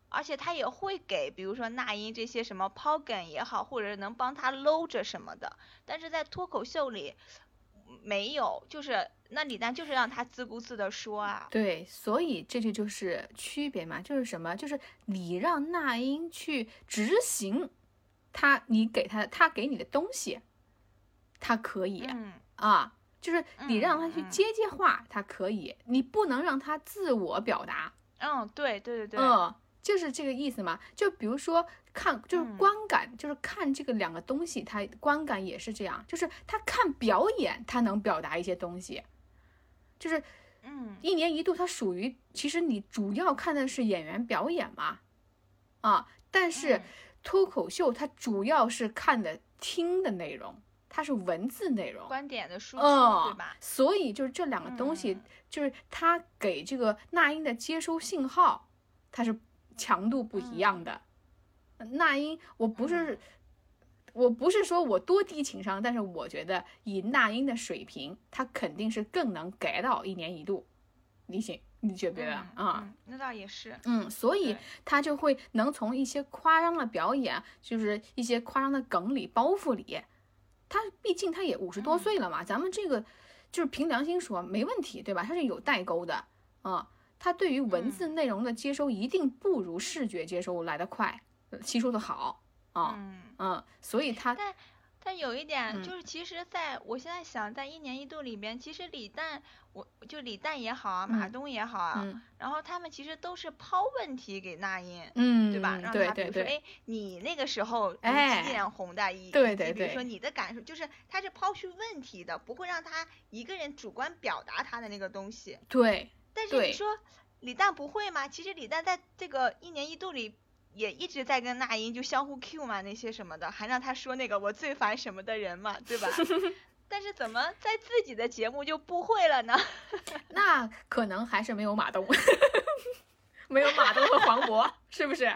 S2: 而且他也会给，比如说那英这些什么抛梗也好，或者是能帮他搂着什么的，但是在脱口秀里没有，就是那李诞就是让他自顾自的说啊，
S1: 对，所以这就就是区别嘛，就是什么？就是你让那英去执行他，你给他他给你的东西，他可以、
S2: 嗯，
S1: 啊，就是你让他去
S2: 嗯嗯嗯
S1: 接接话，他可以，你不能让他自我表达。
S2: 嗯，对对对对，
S1: 嗯，就是这个意思嘛。就比如说看，就是
S2: 嗯
S1: 观感，就是看这个两个东西，它观感也是这样，就是他看表演，他能表达一些东西。就是
S2: 嗯
S1: 一年一度，它属于其实你主要看的是演员表演嘛，啊，但是
S2: 嗯
S1: 脱口秀它主要是看的听的内容，它是文字内容，
S2: 观点的输出、
S1: 嗯，
S2: 对吧？
S1: 所以就是这两个东西，
S2: 嗯
S1: 就是它给这个那英的接收信号，它是强度不一样的。
S2: 嗯
S1: 那英，我不是、我不是说我多低情商，但是我觉得以那英的水平，她肯定是更能 get 到一年一度。你行，你觉不觉得
S2: 嗯
S1: 啊？
S2: 嗯，那倒也是，
S1: 嗯，所以
S2: 对
S1: 他就会能从一些夸张的表演，就是一些夸张的梗里、包袱里，他毕竟他也五十多
S2: 嗯
S1: 岁了嘛，咱们这个就是凭良心说没问题，对吧？他是有代沟的啊，他对于文字
S2: 嗯
S1: 内容的接收一定不如视觉接收来得快、呃吸收的好啊，
S2: 嗯。
S1: 嗯，所以他
S2: 但但有一点
S1: 嗯
S2: 就是，其实在我现在想，在一年一度里边，其实李诞，我就李诞也好啊，马
S1: 嗯
S2: 东也好啊，
S1: 嗯
S2: 然后他们其实都是抛问题给那英。
S1: 嗯，
S2: 对吧？让
S1: 对
S2: 他比
S1: 对
S2: 如说，
S1: 对，
S2: 哎，你那个时候你
S1: 哎
S2: 几点红的？以
S1: 对
S2: 以及
S1: 对
S2: 比如
S1: 对
S2: 说你的感受，就是他是抛出问题的，不会让他一个人主观表达他的那个东西。
S1: 对
S2: 但是
S1: 对
S2: 你说李诞不会吗？其实李诞在这个一年一度里也一直在跟那英就相互 Q 嘛，那些什么的，还让他说那个我最烦什么的人嘛，对 (laughs) 吧？但是怎么在自己的节目就不会了呢？
S1: 那可能还是没有马东， (laughs) 没有马东和黄渤，是不是？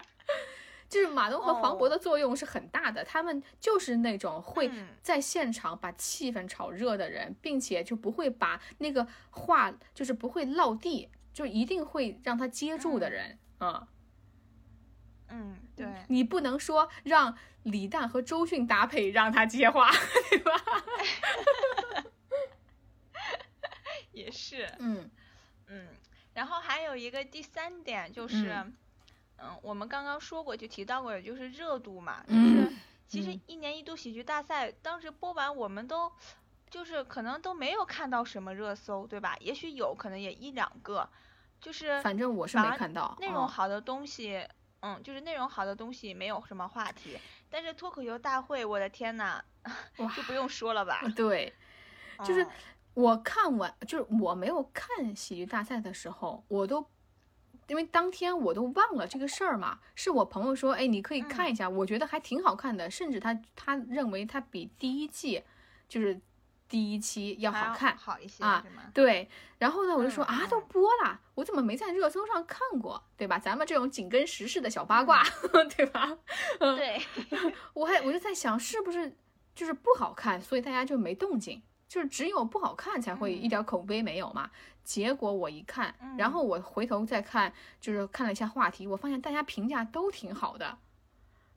S1: 就是马东和黄渤的作用是很大的，他们就是那种会
S2: 哦嗯
S1: 在现场把气氛炒热的人，并且就不会把那个话就是不会落地，就一定会让他接住的人啊、
S2: 嗯，对，
S1: 你不能说让李诞和周迅搭配让他接话，对吧？
S2: 也是，
S1: 嗯
S2: 嗯。然后还有一个第三点就是，
S1: 嗯
S2: 嗯我们刚刚说过就提到过，就是热度嘛，就是
S1: 嗯
S2: 其实
S1: 嗯
S2: 一年一度喜剧大赛当时播完，我们都就是可能都没有看到什么热搜，对吧？也许有可能也一两个，就是
S1: 反正我是没
S2: 反而
S1: 看到
S2: 内容
S1: 嗯
S2: 好的东西，嗯，就是内容好的东西没有什么话题。但是脱口秀大会，我的天呐，
S1: 哇
S2: (laughs) 就不用说了吧？
S1: 对，就是
S2: 嗯
S1: 我看完，就是我没有看喜剧大赛的时候，我都因为当天我都忘了这个事儿嘛，是我朋友说，哎，你可以
S2: 嗯
S1: 看一下，我觉得还挺好看的，甚至他他认为它比第一季就是第一期要
S2: 还
S1: 好看。
S2: 好一些
S1: 啊
S2: 是吗？
S1: 对，然后呢，我就说、
S2: 嗯
S1: 啊，
S2: 嗯
S1: 都播了，我怎么没在热搜上看过，对吧？咱们这种紧跟时事的小八卦，(laughs)
S2: 嗯
S1: 对吧？
S2: 对，
S1: 我还我就在想，是不是就是不好看，所以大家就没动静，就是只有不好看才会
S2: 嗯
S1: 一点口碑没有嘛。结果我一看，然
S2: 嗯
S1: 后我回头再看，就是看了一下话题，我发现大家评价都挺好的，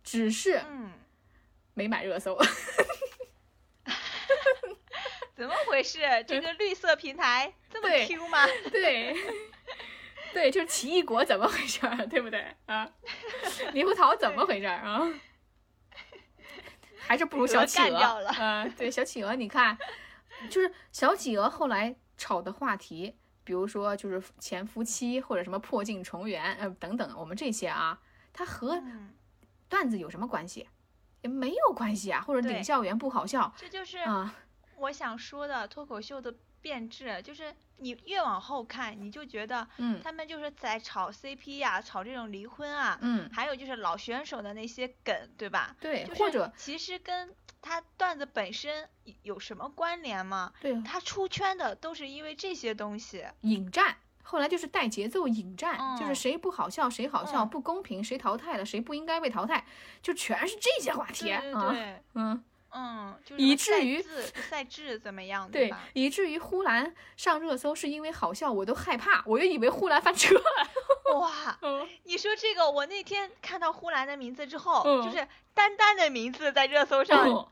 S1: 只是
S2: 嗯，
S1: 没买热搜。
S2: 怎么回事？这个绿色
S1: (laughs)
S2: 平台这么
S1: 对
S2: Q 吗？
S1: 对，对，就是奇异果怎么回事儿， (laughs) 对不对啊？猕猴桃怎么回事儿啊？ (laughs) 还是不如小企
S2: 被鹅
S1: 鹅
S2: 干掉了
S1: 啊、对，小企鹅，你看，就是小企鹅后来炒的话题，比如说就是前夫妻或者什么破镜重圆，呃等等，我们这些啊，它和
S2: 嗯，
S1: 段子有什么关系？也没有关系啊，或者领
S2: 对
S1: 笑员不好笑
S2: 这就是
S1: 啊，
S2: 我想说的脱口秀的变质，就是你越往后看，你就觉得
S1: 嗯
S2: 他们就是在炒 CP 呀、炒这种离婚啊，
S1: 嗯，
S2: 还有就是老选手的那些梗，对吧？
S1: 对，
S2: 就是
S1: 或者
S2: 其实跟他段子本身有什么关联吗？
S1: 对
S2: 他出圈的都是因为这些东西。
S1: 引战，后来就是带节奏引战，就是
S2: 嗯
S1: 谁不好笑谁好笑，
S2: 嗯
S1: 不公平谁淘汰了，谁不应该被淘汰，就全是这些话题
S2: 对对
S1: 啊，
S2: 对，
S1: 嗯，
S2: 嗯，就是
S1: 以
S2: 什
S1: 至
S2: 么赛
S1: 于
S2: 制赛制怎么样，
S1: 对 (laughs)
S2: 吧？，
S1: 以至于呼兰上热搜是因为好笑，我都害怕，我就以为呼兰翻车了，
S2: 哇，
S1: 嗯，
S2: 你说这个，我那天看到呼兰的名字之后，
S1: 嗯
S2: 就是丹丹的名字在热搜上，
S1: 嗯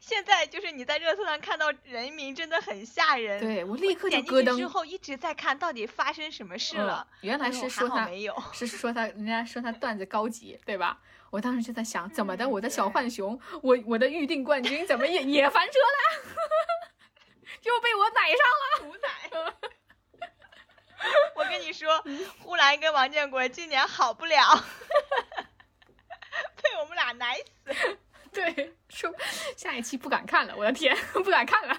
S2: 现在就是你在热搜上看到人名真的很吓人。，
S1: 对我立刻就
S2: 点
S1: 咯
S2: 进去
S1: 噔
S2: 之后一直在看到底发生什么事
S1: 嗯
S2: 了。 (laughs)
S1: 原来
S2: 哎呦
S1: 是说
S2: 还好
S1: 他
S2: 没有，
S1: 是说他，人家说他段子高级，对吧？我当时就在想，怎么的？
S2: 嗯
S1: 我的小
S2: 对
S1: 浣熊，我我的预定冠军怎么也也翻车了？ (laughs) 就被我逮上
S2: 毒奶。我跟你说，呼兰跟王建国今年好不了， (laughs) 被我们俩奶死。
S1: 了。 (laughs) 对，说下一期不敢看了，我的天， (laughs) 不敢看了。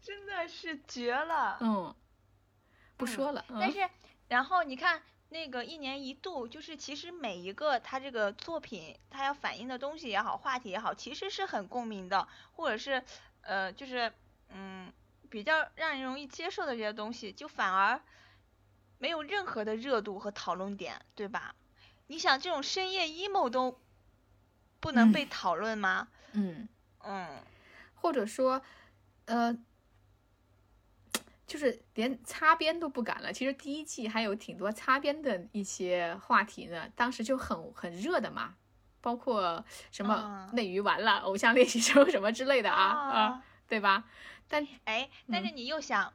S2: 真的是绝了。
S1: 嗯，不说了。嗯
S2: 但是，然后你看那个一年一度，就是其实每一个他这个作品，他要反映的东西也好，话题也好，其实是很共鸣的，或者是呃，就是嗯，比较让人容易接受的这些东西，就反而没有任何的热度和讨论点，对吧？你想这种深夜 emo 都不能
S1: 嗯
S2: 被讨论吗？
S1: 嗯，
S2: 嗯，
S1: 或者说，呃，就是连擦边都不敢了。其实第一季还有挺多擦边的一些话题呢，当时就很很热的嘛，包括什么
S2: 啊
S1: 内娱完了、偶像练习生什么之类的啊啊、
S2: 啊
S1: 对吧？但
S2: 哎，但是
S1: 嗯
S2: 你又想，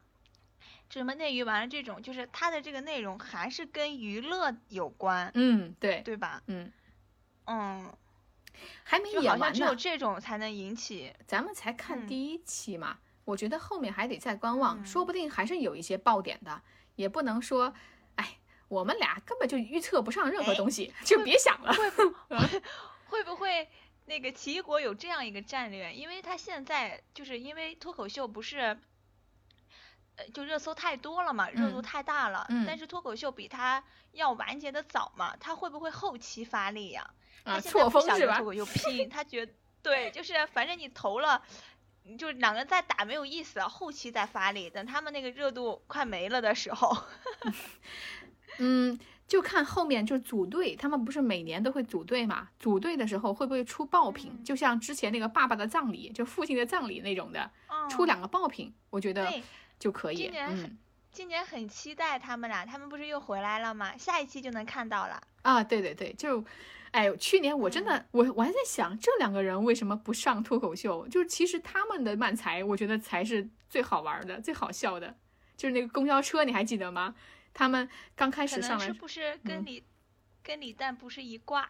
S2: 什么内娱完了这种，就是它的这个内容还是跟娱乐有关，
S1: 嗯，对，
S2: 对吧？
S1: 嗯，
S2: 嗯，
S1: 还没
S2: 就
S1: 演
S2: 好像
S1: 完
S2: 只有
S1: 呢，
S2: 这种才能引起，
S1: 咱们才看
S2: 嗯
S1: 第一期嘛，我觉得后面还得再观望，
S2: 嗯
S1: 说不定还是有一些爆点的，也不能说，哎，我们俩根本就预测不上任何
S2: 哎
S1: 东西， (laughs) 就别想了。
S2: 会不会那个奇异果有这样一个战略？因为它现在就是因为脱口秀不是。呃，就热搜太多了嘛，热
S1: 嗯
S2: 度太大了。
S1: 嗯
S2: 但是脱口秀比它要完结的早嘛，它会不会后期发力呀、
S1: 啊，
S2: 他现在
S1: 错
S2: 不
S1: 峰
S2: 想
S1: 是
S2: 跟
S1: 吧
S2: 脱？口秀拼，他觉对，就是反正你投了，你就两个人再打没有意思，后期再发力，等他们那个热度快没了的时候，
S1: 嗯，就看后面就是组队，他们不是每年都会组队嘛？组队的时候会不会出爆品？
S2: 嗯
S1: 就像之前那个爸爸的葬礼，就父亲的葬礼那种的，出
S2: (laughs) 嗯
S1: 两个爆品，我觉得
S2: 对，
S1: 就可以。
S2: 今年
S1: 嗯
S2: 今年很期待他们俩，他们不是又回来了吗？下一期就能看到了。
S1: 啊，对对对，就，哎，去年我真的，我我还在想这两个人为什么不上脱口秀？就是其实他们的漫才，我觉得才是最好玩的、最好笑的。就是那个公交车，你还记得吗？他们刚开
S2: 可
S1: 始
S2: 能
S1: 上来
S2: 是不是跟
S1: 嗯
S2: 李、跟李诞不是一挂？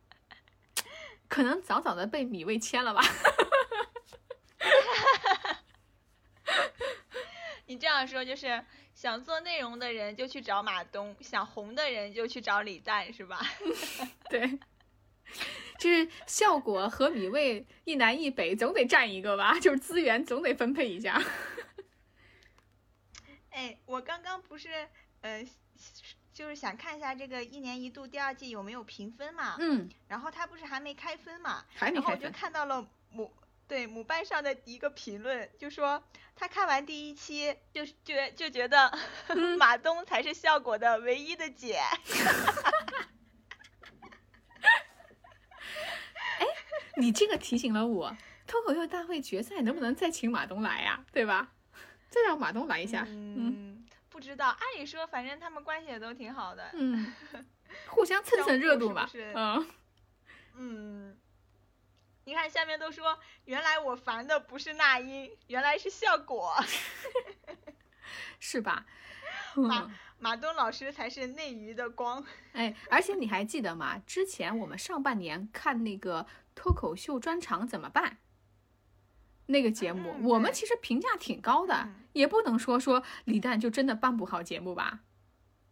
S2: (laughs)
S1: 可能早早的被米未签了吧？ (laughs)
S2: 你这样说就是想做内容的人就去找马东，想红的人就去找李诞，是吧？
S1: 对，就是效果和米味一南一北，总得占一个吧，就是资源总得分配一下。
S2: 哎，我刚刚不是呃，就是想看一下这个一年一度第二季有没有评分嘛？
S1: 嗯，
S2: 然后它不是还没开分嘛？
S1: 还没
S2: 然后
S1: 开
S2: 我就
S1: 分。
S2: 看到了母对母班上的一个评论，就说他看完第一期就觉就觉得
S1: 嗯
S2: (laughs) 马东才是效果的唯一的解。
S1: 你这个提醒了我，脱口秀大会决赛能不能再请马东来呀、对吧？ (laughs) 再让马东来一下。嗯
S2: 嗯，不知道，按理说反正他们关系也都挺好的。
S1: 嗯，互相蹭蹭热度
S2: (laughs)
S1: 嘛。
S2: 是不是
S1: 嗯，
S2: 嗯，你看下面都说，原来我烦的不是那英，原来是效果。
S1: 是吧？
S2: 马
S1: 嗯
S2: 马东老师才是内娱的光。
S1: 哎，而且你还记得吗？之前我们上半年看那个脱口秀专场怎么办那个节目，
S2: 嗯
S1: 我们
S2: 对
S1: 其实评价挺高的，
S2: 嗯
S1: 也不能说说李诞就真的办不好节目吧，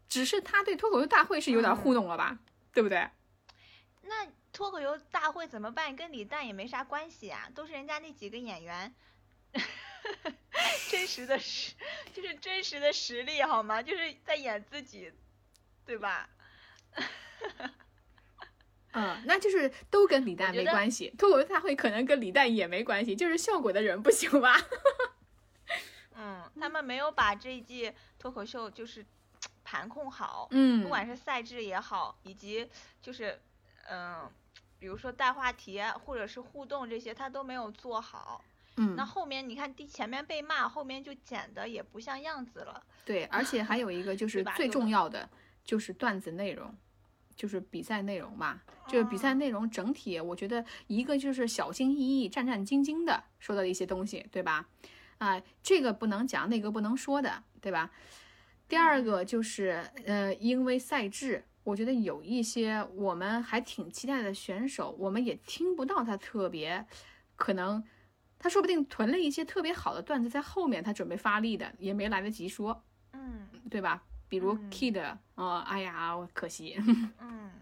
S1: 只是他对脱口秀大会是有点
S2: 嗯
S1: 糊弄了吧，对不对？
S2: 那脱口秀大会怎么办？跟李诞也没啥关系啊，都是人家那几个演 (laughs) 员，真实的实，就是真实的实力好吗？就是在演自己，对吧？
S1: 嗯，那就是都跟李诞
S2: 我觉
S1: 没
S2: 得
S1: 关系，脱口秀大会可能跟李诞也没关系，就是效果的人不行吧？
S2: 嗯，他们没有把这一季脱口秀就是盘控好，
S1: 嗯
S2: 不管是赛制也好，以及就是呃嗯、比如说带话题啊或者是互动这些，他都没有做好。
S1: 嗯，
S2: 那后面你看第前面被骂，后面就剪的也不像样子了。
S1: 对，而且还有一个就是
S2: 对吧
S1: 最
S2: 有
S1: 重
S2: 的
S1: 要的就是段子内容，就是比赛内容吧。就是比
S2: 哦
S1: 赛内容整体，我觉得一个就是小心翼翼、战战兢兢的说到的一些东西，对吧？啊、这个不能讲，那个不能说的，对吧？第二个就是，呃，因为赛制，我觉得有一些我们还挺期待的选手，我们也听不到他特别，可能他说不定囤了一些特别好的段子在后面，他准备发力的，也没来得及说。
S2: 嗯
S1: 对吧？比如
S2: 嗯
S1: Kid，啊、哎呀，我可惜， (laughs)
S2: 嗯，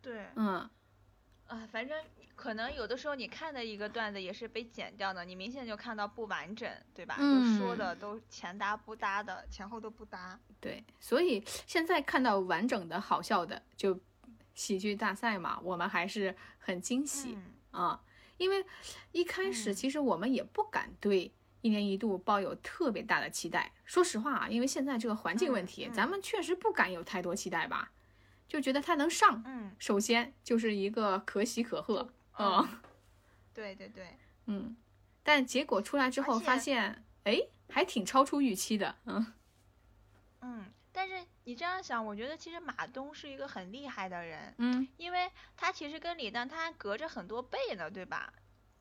S2: 对，
S1: 嗯，
S2: 啊，反正可能有的时候你看的一个段子也是被剪掉的，你明显就看到不完整，对吧？就说
S1: 嗯
S2: 的都前搭不搭的，前后都不搭。
S1: 对，所以现在看到完整的好笑的，就喜剧大赛嘛，我们还是很惊喜
S2: 嗯
S1: 啊、因为一开始
S2: 嗯
S1: 其实我们也不敢对一年一度抱有特别大的期待，说实话啊，因为现在这个环境问
S2: 嗯
S1: 题，
S2: 嗯
S1: 咱们确实不敢有太多期待吧，就觉得它能上，
S2: 嗯
S1: 首先就是一个可喜可贺，嗯。
S2: 对对对，
S1: 嗯，但结果出来之后
S2: 而且
S1: 发现，哎，还挺超出预期的。嗯
S2: 嗯。但是你这样想，我觉得其实马东是一个很厉害的人，
S1: 嗯，
S2: 因为他其实跟李诞他还隔着很多辈呢，对吧？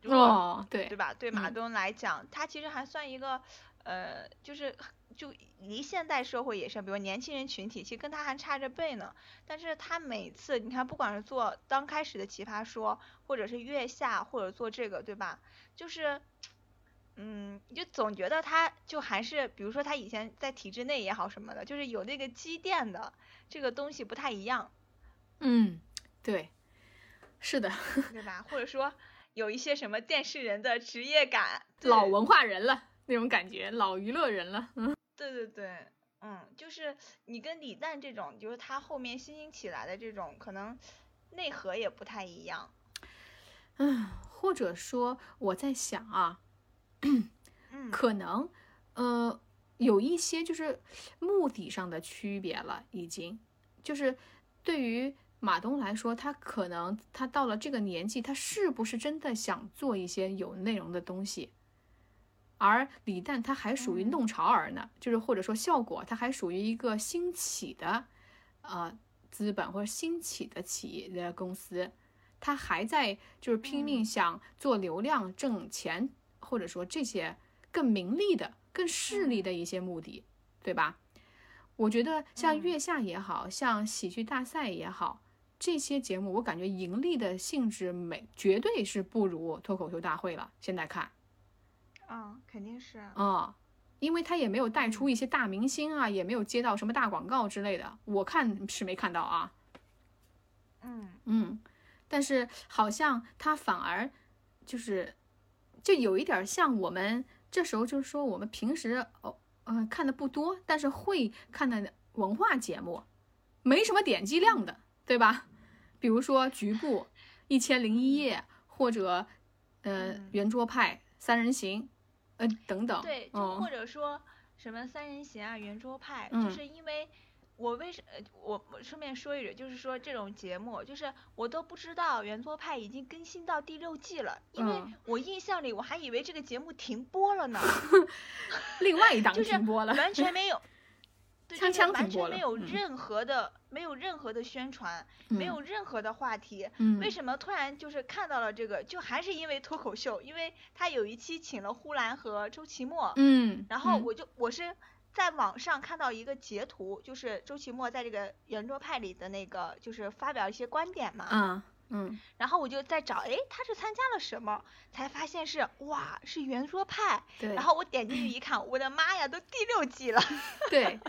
S2: 如果
S1: 哦，对
S2: 对，吧？对马
S1: 嗯
S2: 东来讲，他其实还算一个，呃，就是就离现代社会也是，比如年轻人群体，其实跟他还差着辈呢。但是他每次，你看，不管是做刚开始的《奇葩说》，或者是月下，或者做这个，对吧？就是，嗯，你就总觉得他就还是，比如说他以前在体制内也好什么的，就是有那个积淀的这个东西不太一样，
S1: 嗯，对，是的，
S2: 对吧？或者说有一些什么电视人的职业感，对
S1: 老文化人了那种感觉，老娱乐人了。嗯
S2: 对对对，嗯，就是你跟李诞这种，就是他后面新兴起来的这种，可能内核也不太一样。
S1: 嗯，或者说我在想啊，
S2: 嗯
S1: 可能，呃，有一些就是目的上的区别了，已经就是对于马东来说，他可能他到了这个年纪，他是不是真的想做一些有内容的东西？而李诞他还属于
S2: 嗯
S1: 弄潮儿呢，就是或者说效果，他还属于一个兴起的，呃，资本或者兴起的企业的公司，他还在就是拼
S2: 嗯
S1: 命想做流量挣钱，或者说这些更名利的、更势利的一些目的，对吧？我觉得像
S2: 嗯
S1: 月下也好像喜剧大赛也好，这些节目我感觉盈利的性质没绝对是不如脱口秀大会了。现在看，
S2: 嗯，肯定是。
S1: 啊、因为他也没有带出一些大明星啊，也没有接到什么大广告之类的，我看是没看到啊。
S2: 嗯
S1: 嗯，但是好像他反而就是，就有一点儿像我们这时候就是说我们平时哦呃看的不多，但是会看的文化节目，没什么点击量的，对吧？比如说《局部》《一千零一夜》或者呃《
S2: 嗯
S1: 圆桌派》《三人行》呃等等，
S2: 对，就
S1: 嗯
S2: 或者说什么三人行啊、圆桌派，
S1: 嗯
S2: 就是因为。我为什呃，我我顺便说一句，就是说这种节目，就是我都不知道圆桌派已经更新到第六季了，因为
S1: 嗯
S2: 我印象里我还以为这个节目停播
S1: (laughs)
S2: 了呢，
S1: 另外一档
S2: 就是
S1: 停播了，
S2: 完全没有， (laughs) 对，
S1: 锵
S2: 就是
S1: 锵
S2: 完
S1: 停播
S2: 全没
S1: 了
S2: 有
S1: 嗯
S2: 任何的、没有任何的宣传，没有任何的话题。
S1: 嗯，
S2: 为
S1: 嗯
S2: 什么突然就是看到了这个？就还是因为脱口秀，因为他有一期请了呼兰和周奇墨，
S1: 嗯，
S2: 然后
S1: 嗯
S2: 我就我是在网上看到一个截图，就是周奇墨在这个圆桌派里的那个，就是发表一些观点嘛。
S1: 啊嗯
S2: 然后我就在找，诶，他是参加了什么？才发现是哇，是圆桌派。
S1: 对，
S2: 然后我点进去一看，我的妈呀，都第六季了。
S1: 对，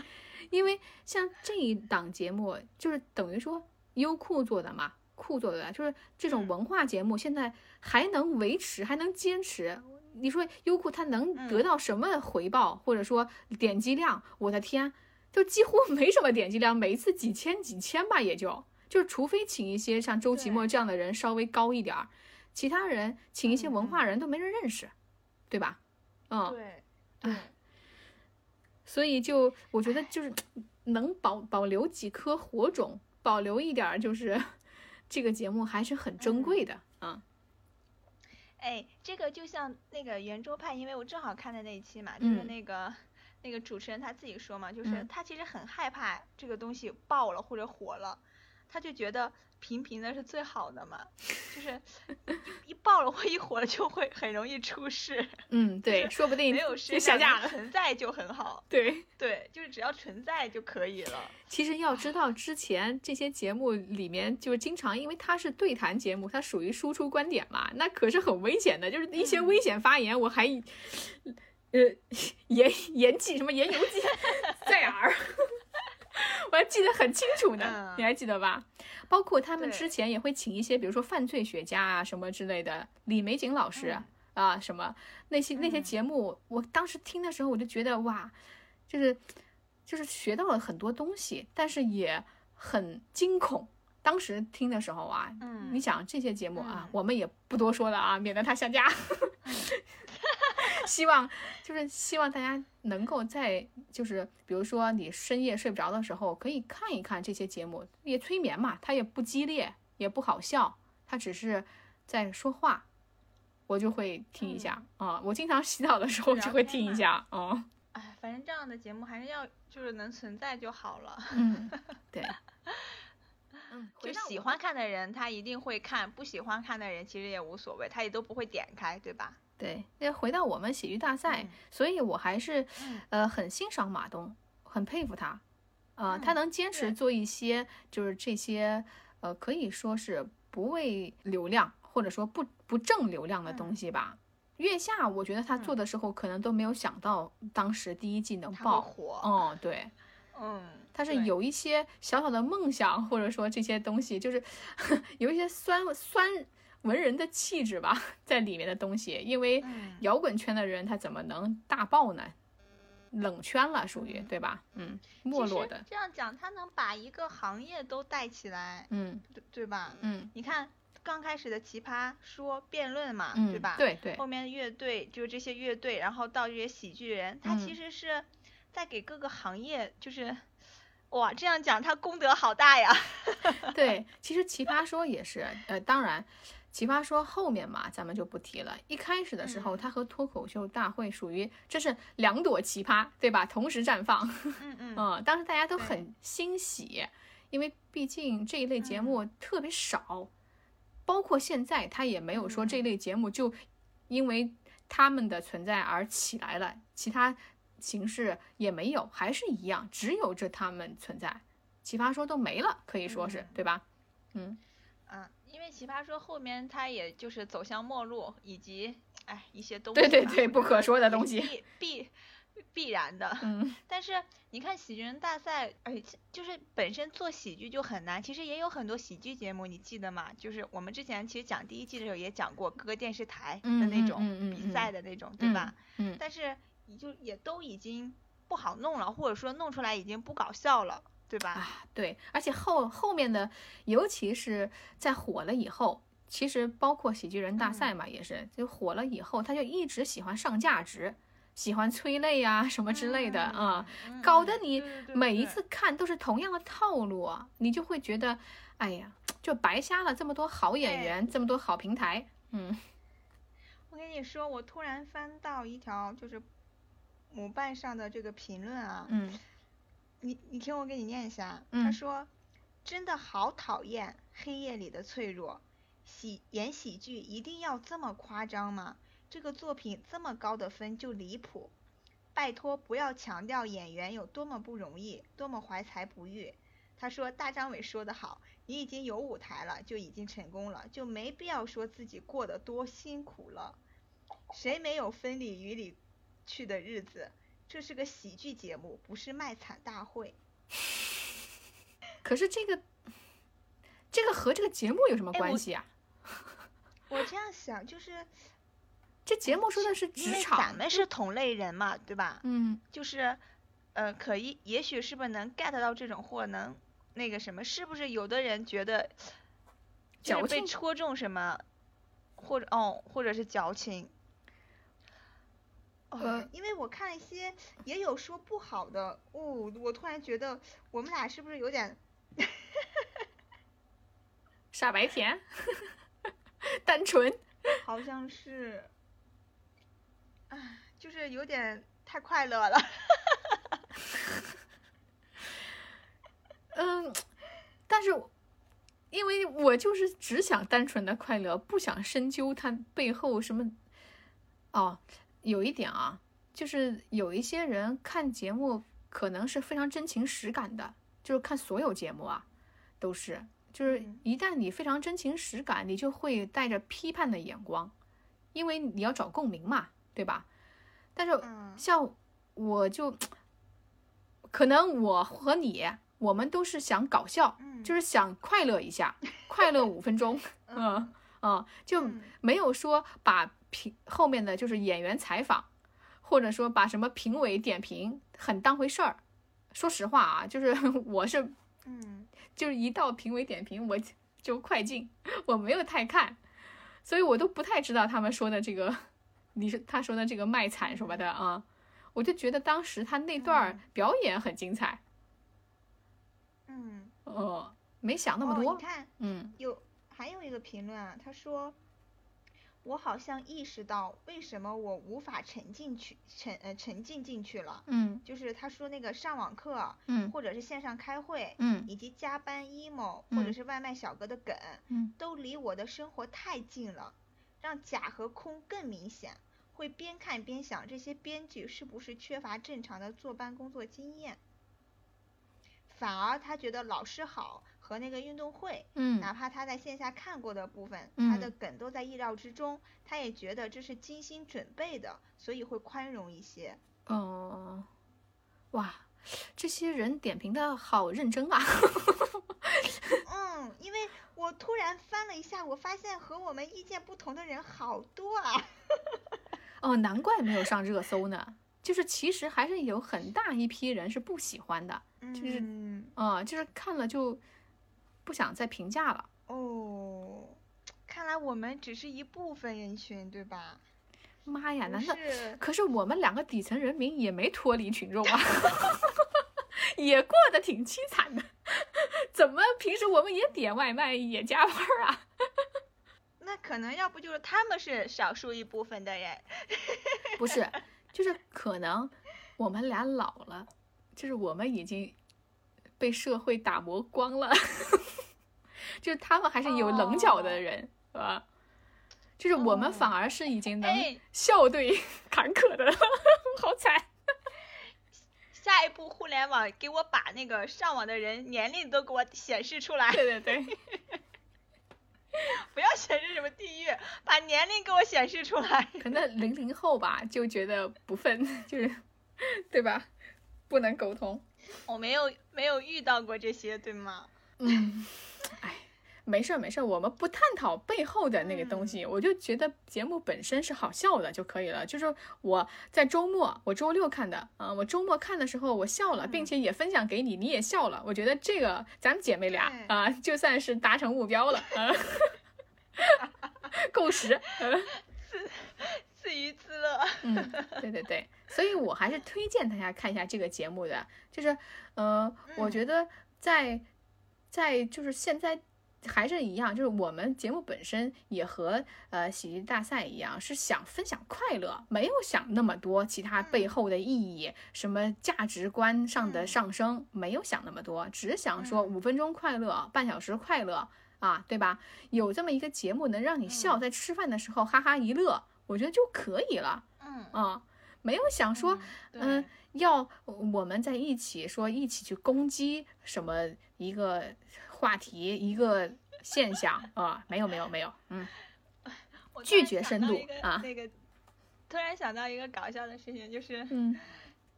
S1: 因为像这一档节目，就是等于说优酷做的嘛，酷做的，啊就是这种
S2: 嗯
S1: 文化节目，现在还能维持，还能坚持。你说优酷它能
S2: 嗯
S1: 得到什么回报，或者说点击量？我的天，就几乎 (laughs) 没什么点击量，每一次几千几千吧，也就就是除非请一些像周奇墨这样的人稍微高一点儿，其他人请一些
S2: 嗯
S1: 文
S2: 嗯
S1: 化人都没人认识，对吧？嗯，
S2: 对，对，
S1: 所以就我觉得就是能保保留几颗火种，保
S2: 嗯
S1: 留一点儿就是这个节目还是很珍贵的啊、
S2: 哎，这个就像那个圆桌派，因为我正好看的那一期嘛，就是
S1: 嗯
S2: 那个、那个主持人他自己说嘛，就是
S1: 嗯
S2: 他其实很害怕这个东西爆了或者火了，他就觉得平平的是最好的嘛，
S1: (laughs)
S2: 就是一一爆了或一火了就会很容易出事，
S1: 嗯，对，
S2: 是
S1: 说不定
S2: 没有
S1: 就
S2: 事
S1: 下架了。
S2: 存在就很好，
S1: 对，
S2: 对，就是只要存在就可以了。
S1: 其实要知道，之前这些节目里面，就是经常因为它是对谈节目，它属于输出观点嘛，那可是很危险的，就是一
S2: 嗯
S1: 些危险发言，我还以。呃，言言记什么言游记 (laughs) 在哪儿？ (laughs) 我还记得很清楚呢，
S2: 嗯
S1: 你还记得吧？包括他们
S2: 对
S1: 之前也会请一些，比如说犯罪学家啊什么之类的，李玫瑾老师、啊什么那些那些
S2: 嗯
S1: 节目，我当时听的时候我就觉得哇，就是就是学到了很多东西，但是也很惊恐。当时听的时候啊，
S2: 嗯
S1: 你想这些节目啊，
S2: 嗯
S1: 我们也不多说了啊，免得它下架。 (laughs) 希望就是希望大家能够在就是比如说你深夜睡不着的时候，可以看一看这些节目，也催眠嘛，它也不激烈，也不好笑，它只是在说话，我就会听一下啊、我经常洗澡的时候
S2: 嗯聊
S1: 就会
S2: 天
S1: 听一
S2: 嘛
S1: 下
S2: (laughs)
S1: 啊。
S2: 哎，反正这样的节目还是要就是能存在就好了。
S1: 嗯，对。嗯，
S2: 就
S1: 回到
S2: 喜
S1: 我
S2: 欢看的人，他一定会看；不喜欢看的人，其实也无所谓，他也都不会点开，对吧？
S1: 对，那回到我们喜剧大赛，
S2: 嗯
S1: 所以我还是
S2: 嗯
S1: 呃很欣赏马东，很佩服他，呃，他
S2: 嗯
S1: 能坚持
S2: 是
S1: 做一些就是这些呃可以说是不为流量或者说不不挣流量的东
S2: 嗯
S1: 西吧。月下，我觉得他做的时候可能都没有想到当时第一季能
S2: 他会
S1: 嗯爆。
S2: 火。
S1: 哦，对，
S2: 嗯，
S1: 他是
S2: 对，
S1: 有一些小小的梦想，或者说这些东西，就是 (laughs) 有一些酸酸文人的气质吧，在里面的东西。因为
S2: 嗯，
S1: 摇滚圈的人他怎么能大爆呢？冷圈了，属于
S2: 嗯
S1: 对吧？嗯，
S2: 其
S1: 没
S2: 实
S1: 落的，
S2: 这样讲，他能把一个行业都带起来，
S1: 嗯
S2: 对对吧？
S1: 嗯
S2: 你看刚开始的奇葩说辩论嘛，
S1: 嗯，
S2: 啊对吧？。
S1: 对对
S2: 后，面乐队就是这些乐队，然后到这些喜剧人，他
S1: 嗯
S2: 其实是在给各个行业就是。哇，这样讲他功德好大呀！
S1: 对，其实《奇葩说》也是，呃，当然，《奇葩说》后面嘛，咱们就不提了。一开始的时候，
S2: 嗯
S1: 它和脱口秀大会属于这是两朵奇葩，对吧？同时绽放。
S2: 嗯 (laughs) 嗯，
S1: 嗯，当时大家都
S2: 对
S1: 很欣喜，因为毕竟这一类
S2: 嗯
S1: 节目特别少，包括现在他也没有说这
S2: 嗯
S1: 类节目就因为他们的存在而起来了，其他形式也没有，还是一样，只有这他们存在，奇葩说都没了，可以说是、
S2: 嗯
S1: 对吧？
S2: 嗯，因为奇葩说后面它也就是走向末路，以及哎一些东西
S1: 对对
S2: 吧
S1: 对，
S2: 我
S1: 不
S2: 觉
S1: 可
S2: 得
S1: 说的
S2: 也
S1: 东
S2: 是 (laughs)
S1: 西，
S2: 必必必然的。
S1: 嗯
S2: 但是你看喜剧人大赛，哎，就是本身做喜剧就很难，其实也有很多喜剧节目，你记得吗？就是我们之前其实讲第一季的时候也讲过各个电视台的
S1: 嗯
S2: 那
S1: 嗯
S2: 种
S1: 嗯嗯
S2: 比赛的那种，对吧？
S1: 嗯嗯
S2: 但是也就也都已经不好弄了，或者说弄出来已经不搞笑了，对吧？
S1: 啊，对，而且后后面的，尤其是在火了以后，其实包括喜剧人大赛
S2: 嗯
S1: 嘛，也是就火了以后，他就一直喜欢上价值，喜欢催泪啊什么之类的啊、
S2: 嗯，
S1: 搞得
S2: 嗯
S1: 你
S2: 对对对
S1: 每一
S2: 对
S1: 次看都是同样的套路啊，你就会觉得，哎呀，就白瞎了这么多好演
S2: 对
S1: 员，这么多好平台，嗯
S2: 我跟你说，我突然翻到一条就是母瓣上的这个评论啊，
S1: 嗯
S2: 你你听我给你念一下，啊
S1: 嗯
S2: 他说：“真的好讨厌黑夜里的脆弱，喜演喜剧一定要这么夸张吗？这个作品这么高的分就离谱，拜托不要强调演员有多么不容易，多么怀才不遇。”他说：“大张伟说得好，你已经有舞台了，就已经成功了，就没必要说自己过得多辛苦了。谁没有风里雨里去的日子？这是个喜剧节目，不是卖惨大会。”
S1: 可是这个这个和这个节目有什么
S2: 哎
S1: 关
S2: 我
S1: 系啊？
S2: 我这样想就是，
S1: 这节目说的是
S2: 因
S1: 职
S2: 为
S1: 场
S2: 咱，们是同类人嘛，对吧？
S1: 嗯
S2: 就是，呃，可以，也许是不是能 get 到这种货，能那个什么？是不是有的人觉得就
S1: 矫
S2: 是被
S1: 情
S2: 戳中什么，或者哦，或者是矫情？
S1: 呃
S2: 哦，因为我看一些也有说不好的，哦，我突然觉得我们俩是不是有点
S1: (laughs) 傻白甜，单纯，
S2: 好像是，唉，就是有点太快乐了。
S1: 嗯，但是我因为我就是只想单纯的快乐，不想深究它背后什么。哦，有一点啊，就是有一些人看节目可能是非常真情实感的，就是看所有节目啊，都是，就是
S2: 嗯
S1: 一旦你非常真情实感，你就会带着批判的眼光，因为你要找共鸣嘛，对吧？但是
S2: 嗯
S1: 像我就，可能我和你，我们都是想搞笑，
S2: 嗯，
S1: 就是想快乐一
S2: (laughs)
S1: 下，快乐五分钟，嗯嗯，就
S2: 嗯
S1: 没有说把评后面的就是演员采访，或者说把什么评委点评很当回事儿。说实话啊，就是 (laughs) 我是
S2: 嗯
S1: 就是一到评委点评我就快进，我没有太看，所以我都不太知道他们说的这个，你是他说的这个卖惨什么的啊，我就觉得当时他那段儿
S2: 嗯
S1: 表演很精彩，
S2: 嗯，
S1: 呃，没想那么
S2: 哦、
S1: 多
S2: 你，看，
S1: 嗯
S2: 有还有一个评论啊，他说我好像意识到为什么我无法沉浸去沉呃沉浸进去了，
S1: 嗯
S2: 就是他说那个上网课啊
S1: 嗯
S2: 或者是线上开会。
S1: 嗯
S2: 以及加班 emo 或者
S1: 嗯
S2: 是外卖小哥的梗，
S1: 嗯
S2: 都离我的生活太近了，让假和空更明显。会边看边想，这些编剧是不是缺乏正常的坐班工作经验？反而他觉得老师好和那个运动会，哪
S1: 嗯
S2: 怕他在线下看过的部分，他
S1: 嗯
S2: 的梗都在意料之中，他也觉得这是精心准备的，所以会宽容一些。
S1: 哦，哇，这些人点评的好认真啊， (laughs)
S2: 嗯，因为我突然翻了一下，我发现和我们意见不同的人好多啊。
S1: 哦，难怪没有上热搜呢，就是其实还是有很大一批人是不喜欢的。是
S2: 嗯，
S1: 嗯，就是看了就不想再评价了。
S2: 哦，看来我们只是一部分人群，对吧？
S1: 妈呀，
S2: 不
S1: 难道？
S2: 是，
S1: 可是我们两个底层人民也没脱离群众 (laughs) 啊，也过得挺凄惨的。 (laughs) 怎么平时我们也点外卖也加班儿啊？
S2: 那可能要不就是他们是少数一部分的人。
S1: (laughs) 不 (laughs) 是，就是可能我们俩老了，就是我们已经被社会打磨光了， (laughs) 就是他们还是有棱角的人，是吧？就是我们反而是已经能
S2: 哎，
S1: 笑对坎坷的， (laughs) 好惨。
S2: 下一步互联网给我把那个上网的人年龄都给我显示出来， (laughs)
S1: 对对 (laughs) 对，
S2: 不要显示什么地域，把年龄给我显示出来。 (laughs)
S1: 可能零零后吧就觉得不忿， (laughs) 就是对吧？不能沟通。
S2: 我没有没有遇到过这些，对吗？
S1: 嗯，哎，没事儿没事儿，我们不探讨背后的那个东西，我就觉得节目本身是好笑的就可以了。就是我在周末，我周六看的，啊、我周末看的时候我笑了，并且也分享给你，你也笑了。我觉得这个咱们姐妹俩
S2: 对
S1: 啊、就算是达成目标了，啊 (laughs) 够实。
S2: 自娱自乐。
S1: (laughs) 嗯，对对对，所以我还是推荐大家看一下这个节目的，就是，呃，我
S2: 嗯
S1: 觉得在在就是现在还是一样，就是我们节目本身也和呃喜剧大赛一样，是想分享快乐，没有想那么多其他背
S2: 嗯
S1: 后的意义，什么价值观上的
S2: 嗯
S1: 上升，没有想那么多，只想说
S2: 嗯
S1: 五分钟快乐，半小时快乐。啊，对吧？有这么一个节目能让你笑，
S2: 嗯
S1: 在吃饭的时候哈哈一乐，我觉得就可以了。
S2: 嗯，
S1: 啊，没有想说，嗯
S2: 嗯，
S1: 要我们在一起说一起去攻击什么一个话题一个现象啊，没有没有没有，嗯
S2: 我突
S1: 拒
S2: 然
S1: 绝
S2: 想
S1: 深
S2: 到
S1: 度
S2: 一个
S1: 啊
S2: 那个突然想到一个搞笑的事情，就是
S1: 嗯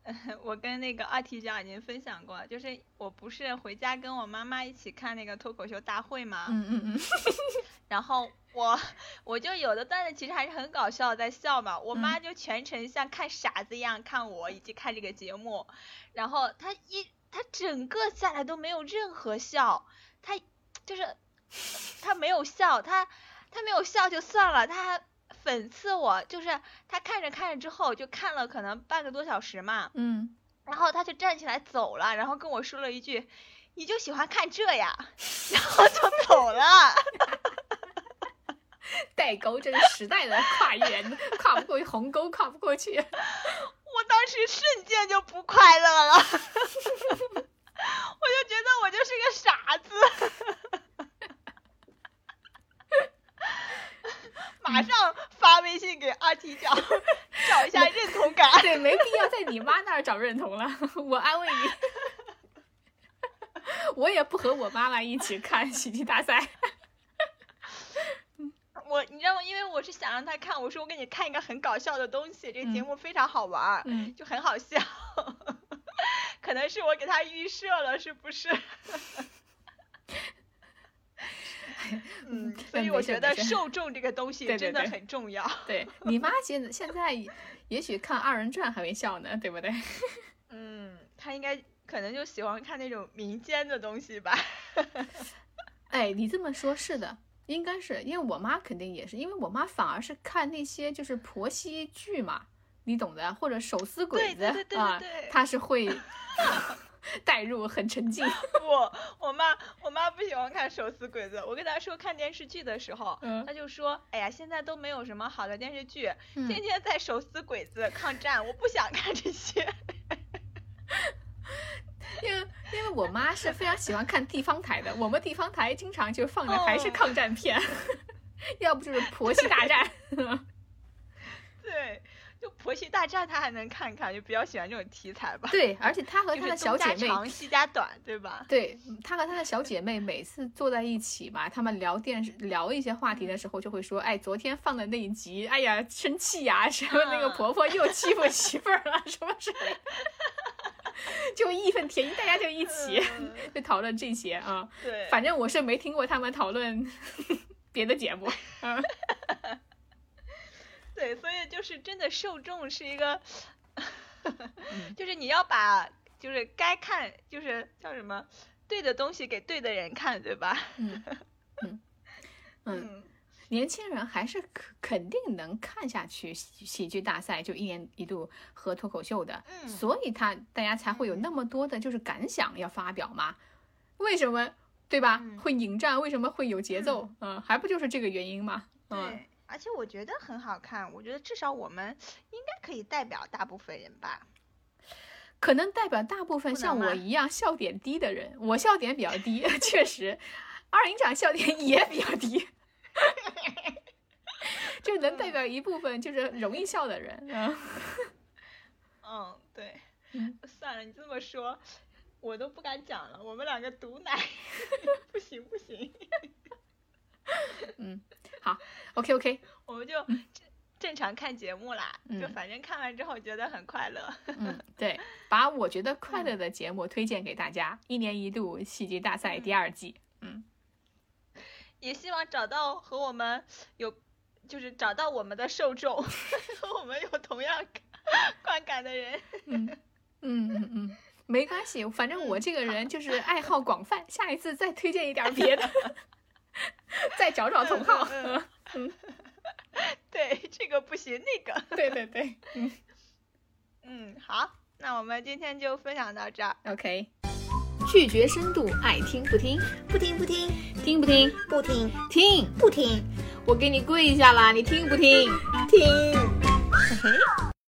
S2: (laughs) 我跟那个二踢脚已经分享过，就是我不是回家跟我妈妈一起看那个脱口秀大会嘛，
S1: 嗯嗯嗯
S2: 然后我我就有的段子其实还是很搞笑，在笑嘛。我妈就全程像看傻子一样看我以及看这个节目，然后她一她整个下来都没有任何笑，她就是她没有笑，她她没有笑就算了，她还讽刺我，就是她看着看着之后就看了可能半个多小时嘛，
S1: 嗯，
S2: 然后他就站起来走了，然后跟我说了一句：“ (laughs) 你就喜欢看这呀。”然后就走了。
S1: (laughs) 代沟，这是时代的跨越， (laughs) 你跨不过去鸿沟，跨不过去。(laughs)
S2: (laughs) 我当时瞬间就不快乐了，我 (laughs) 就觉得我就是个傻子，马上发微信给二踢脚，找一下认同感。
S1: 对，没必要在你妈那儿找认同了， (laughs) 我安慰你。 (laughs) 我也不和我妈妈一起看喜剧大赛，
S2: 我你知道吗？因为我是想让他看，我说我给你看一个很搞笑的东西，这个节
S1: 嗯
S2: 目非常好玩儿，
S1: 嗯，
S2: 就很好笑。 (laughs) 可能是我给他预设了，是不是？嗯，所以
S1: 没
S2: 我
S1: 事
S2: 觉
S1: 没
S2: 得
S1: 事
S2: 受众这个东西
S1: 对对
S2: 真的
S1: 对
S2: 很重要。
S1: 对你妈现在现在也许看二人转还会笑呢，对不 (laughs) 对？
S2: 嗯，他应该可能就喜欢看那种民间的东西吧。 (laughs)
S1: 哎，你这么说，是的，应该是因为我妈肯定也是，因为我妈反而是看那些就是婆媳剧嘛，你懂的，或者手撕鬼
S2: 对
S1: 子
S2: 对对对对
S1: 啊、
S2: 对
S1: 她是会 (laughs) 带入很沉
S2: (laughs)
S1: 浸。
S2: 我我妈我妈不喜欢看手撕鬼子，我跟她说看电视剧的时候，
S1: 嗯
S2: 她就说，哎呀，现在都没有什么好的电视剧，
S1: 嗯
S2: 天天在手撕鬼子抗战，我不想看这些。
S1: 因为因为我妈是非常喜欢看地方台的，我们地方台经常就放的还是
S2: 哦
S1: 抗战片， (laughs) 要不就是婆媳大战。 (laughs)
S2: 对，就婆媳大战她还能看看，就比较喜欢这种题材吧。
S1: 对，而且她和
S2: 就
S1: 她的
S2: 是东
S1: 小
S2: 家
S1: 姐妹
S2: 长西家短，对吧？
S1: 对他和他的小姐妹每次坐在一起吧，他们聊电视、聊一些话
S2: 嗯
S1: 题的时候，就会说：“哎，昨天放的那一集，哎呀，生气呀、什么那个
S2: 嗯
S1: 婆婆又欺负媳妇儿了，什么之类的。”就义愤填膺，大家就一起
S2: (laughs) 嗯
S1: (laughs) 就讨论这些啊。
S2: 对，
S1: 反正我是没听过他们讨论 (laughs) 别的节目。嗯，
S2: 对，所以就是真的受众是一个， (laughs) 就是你要把就是该看就是叫什么对的东西给对的人看，对吧？ (laughs)
S1: 嗯嗯嗯，
S2: 嗯，
S1: 年轻人还是肯肯定能看下去喜喜剧大赛，就一年一度和脱口秀的，
S2: 嗯
S1: 所以他大家才会有那么多的就是感想要发表嘛。为什么对吧？
S2: 嗯
S1: 会引战，为什么会有节奏？嗯、还不就是这个原因嘛。嗯，
S2: 对，而且我觉得很好看，我觉得至少我们应该可以代表大部分人吧。
S1: 可能代表大部分
S2: 不能
S1: 像
S2: 吗
S1: 我一样笑点低的人，我笑点比较低， (laughs) 确实，二营长笑点也比较
S2: (laughs)
S1: 低。就能代表一部分就是容易笑的人，嗯，
S2: 嗯，对
S1: 嗯，
S2: 算了，你这么说，我都不敢讲了，我们两个毒奶， (laughs) 不行不行，
S1: 好，OK OK，
S2: 我们就正正常看节目啦，就
S1: 嗯
S2: 反正看完之后觉得很快乐。
S1: 嗯， (laughs) 对，把我觉得快乐的节目推荐给大家，一年一度戏剧大赛第二季。
S2: 也希望找到和我们有，就是找到我们的受众， (laughs) 和我们有同样感观感的人。 (laughs)
S1: 嗯嗯嗯嗯，没关系，反正我这个人就是爱嗯好广泛，下一次再推荐一点别 (laughs) 的，再找找同好。
S2: 嗯嗯对，这个不行，那个，
S1: (laughs) 对对对，嗯
S2: 嗯，好，那我们今天就分享到这儿，
S1: ，OK。拒绝深度，爱听不听，
S3: 不听不听
S1: 听不听？
S3: 不听
S1: 听！
S3: 不听
S1: 我给你跪下啦，你听不听？
S3: 听，嘿嘿。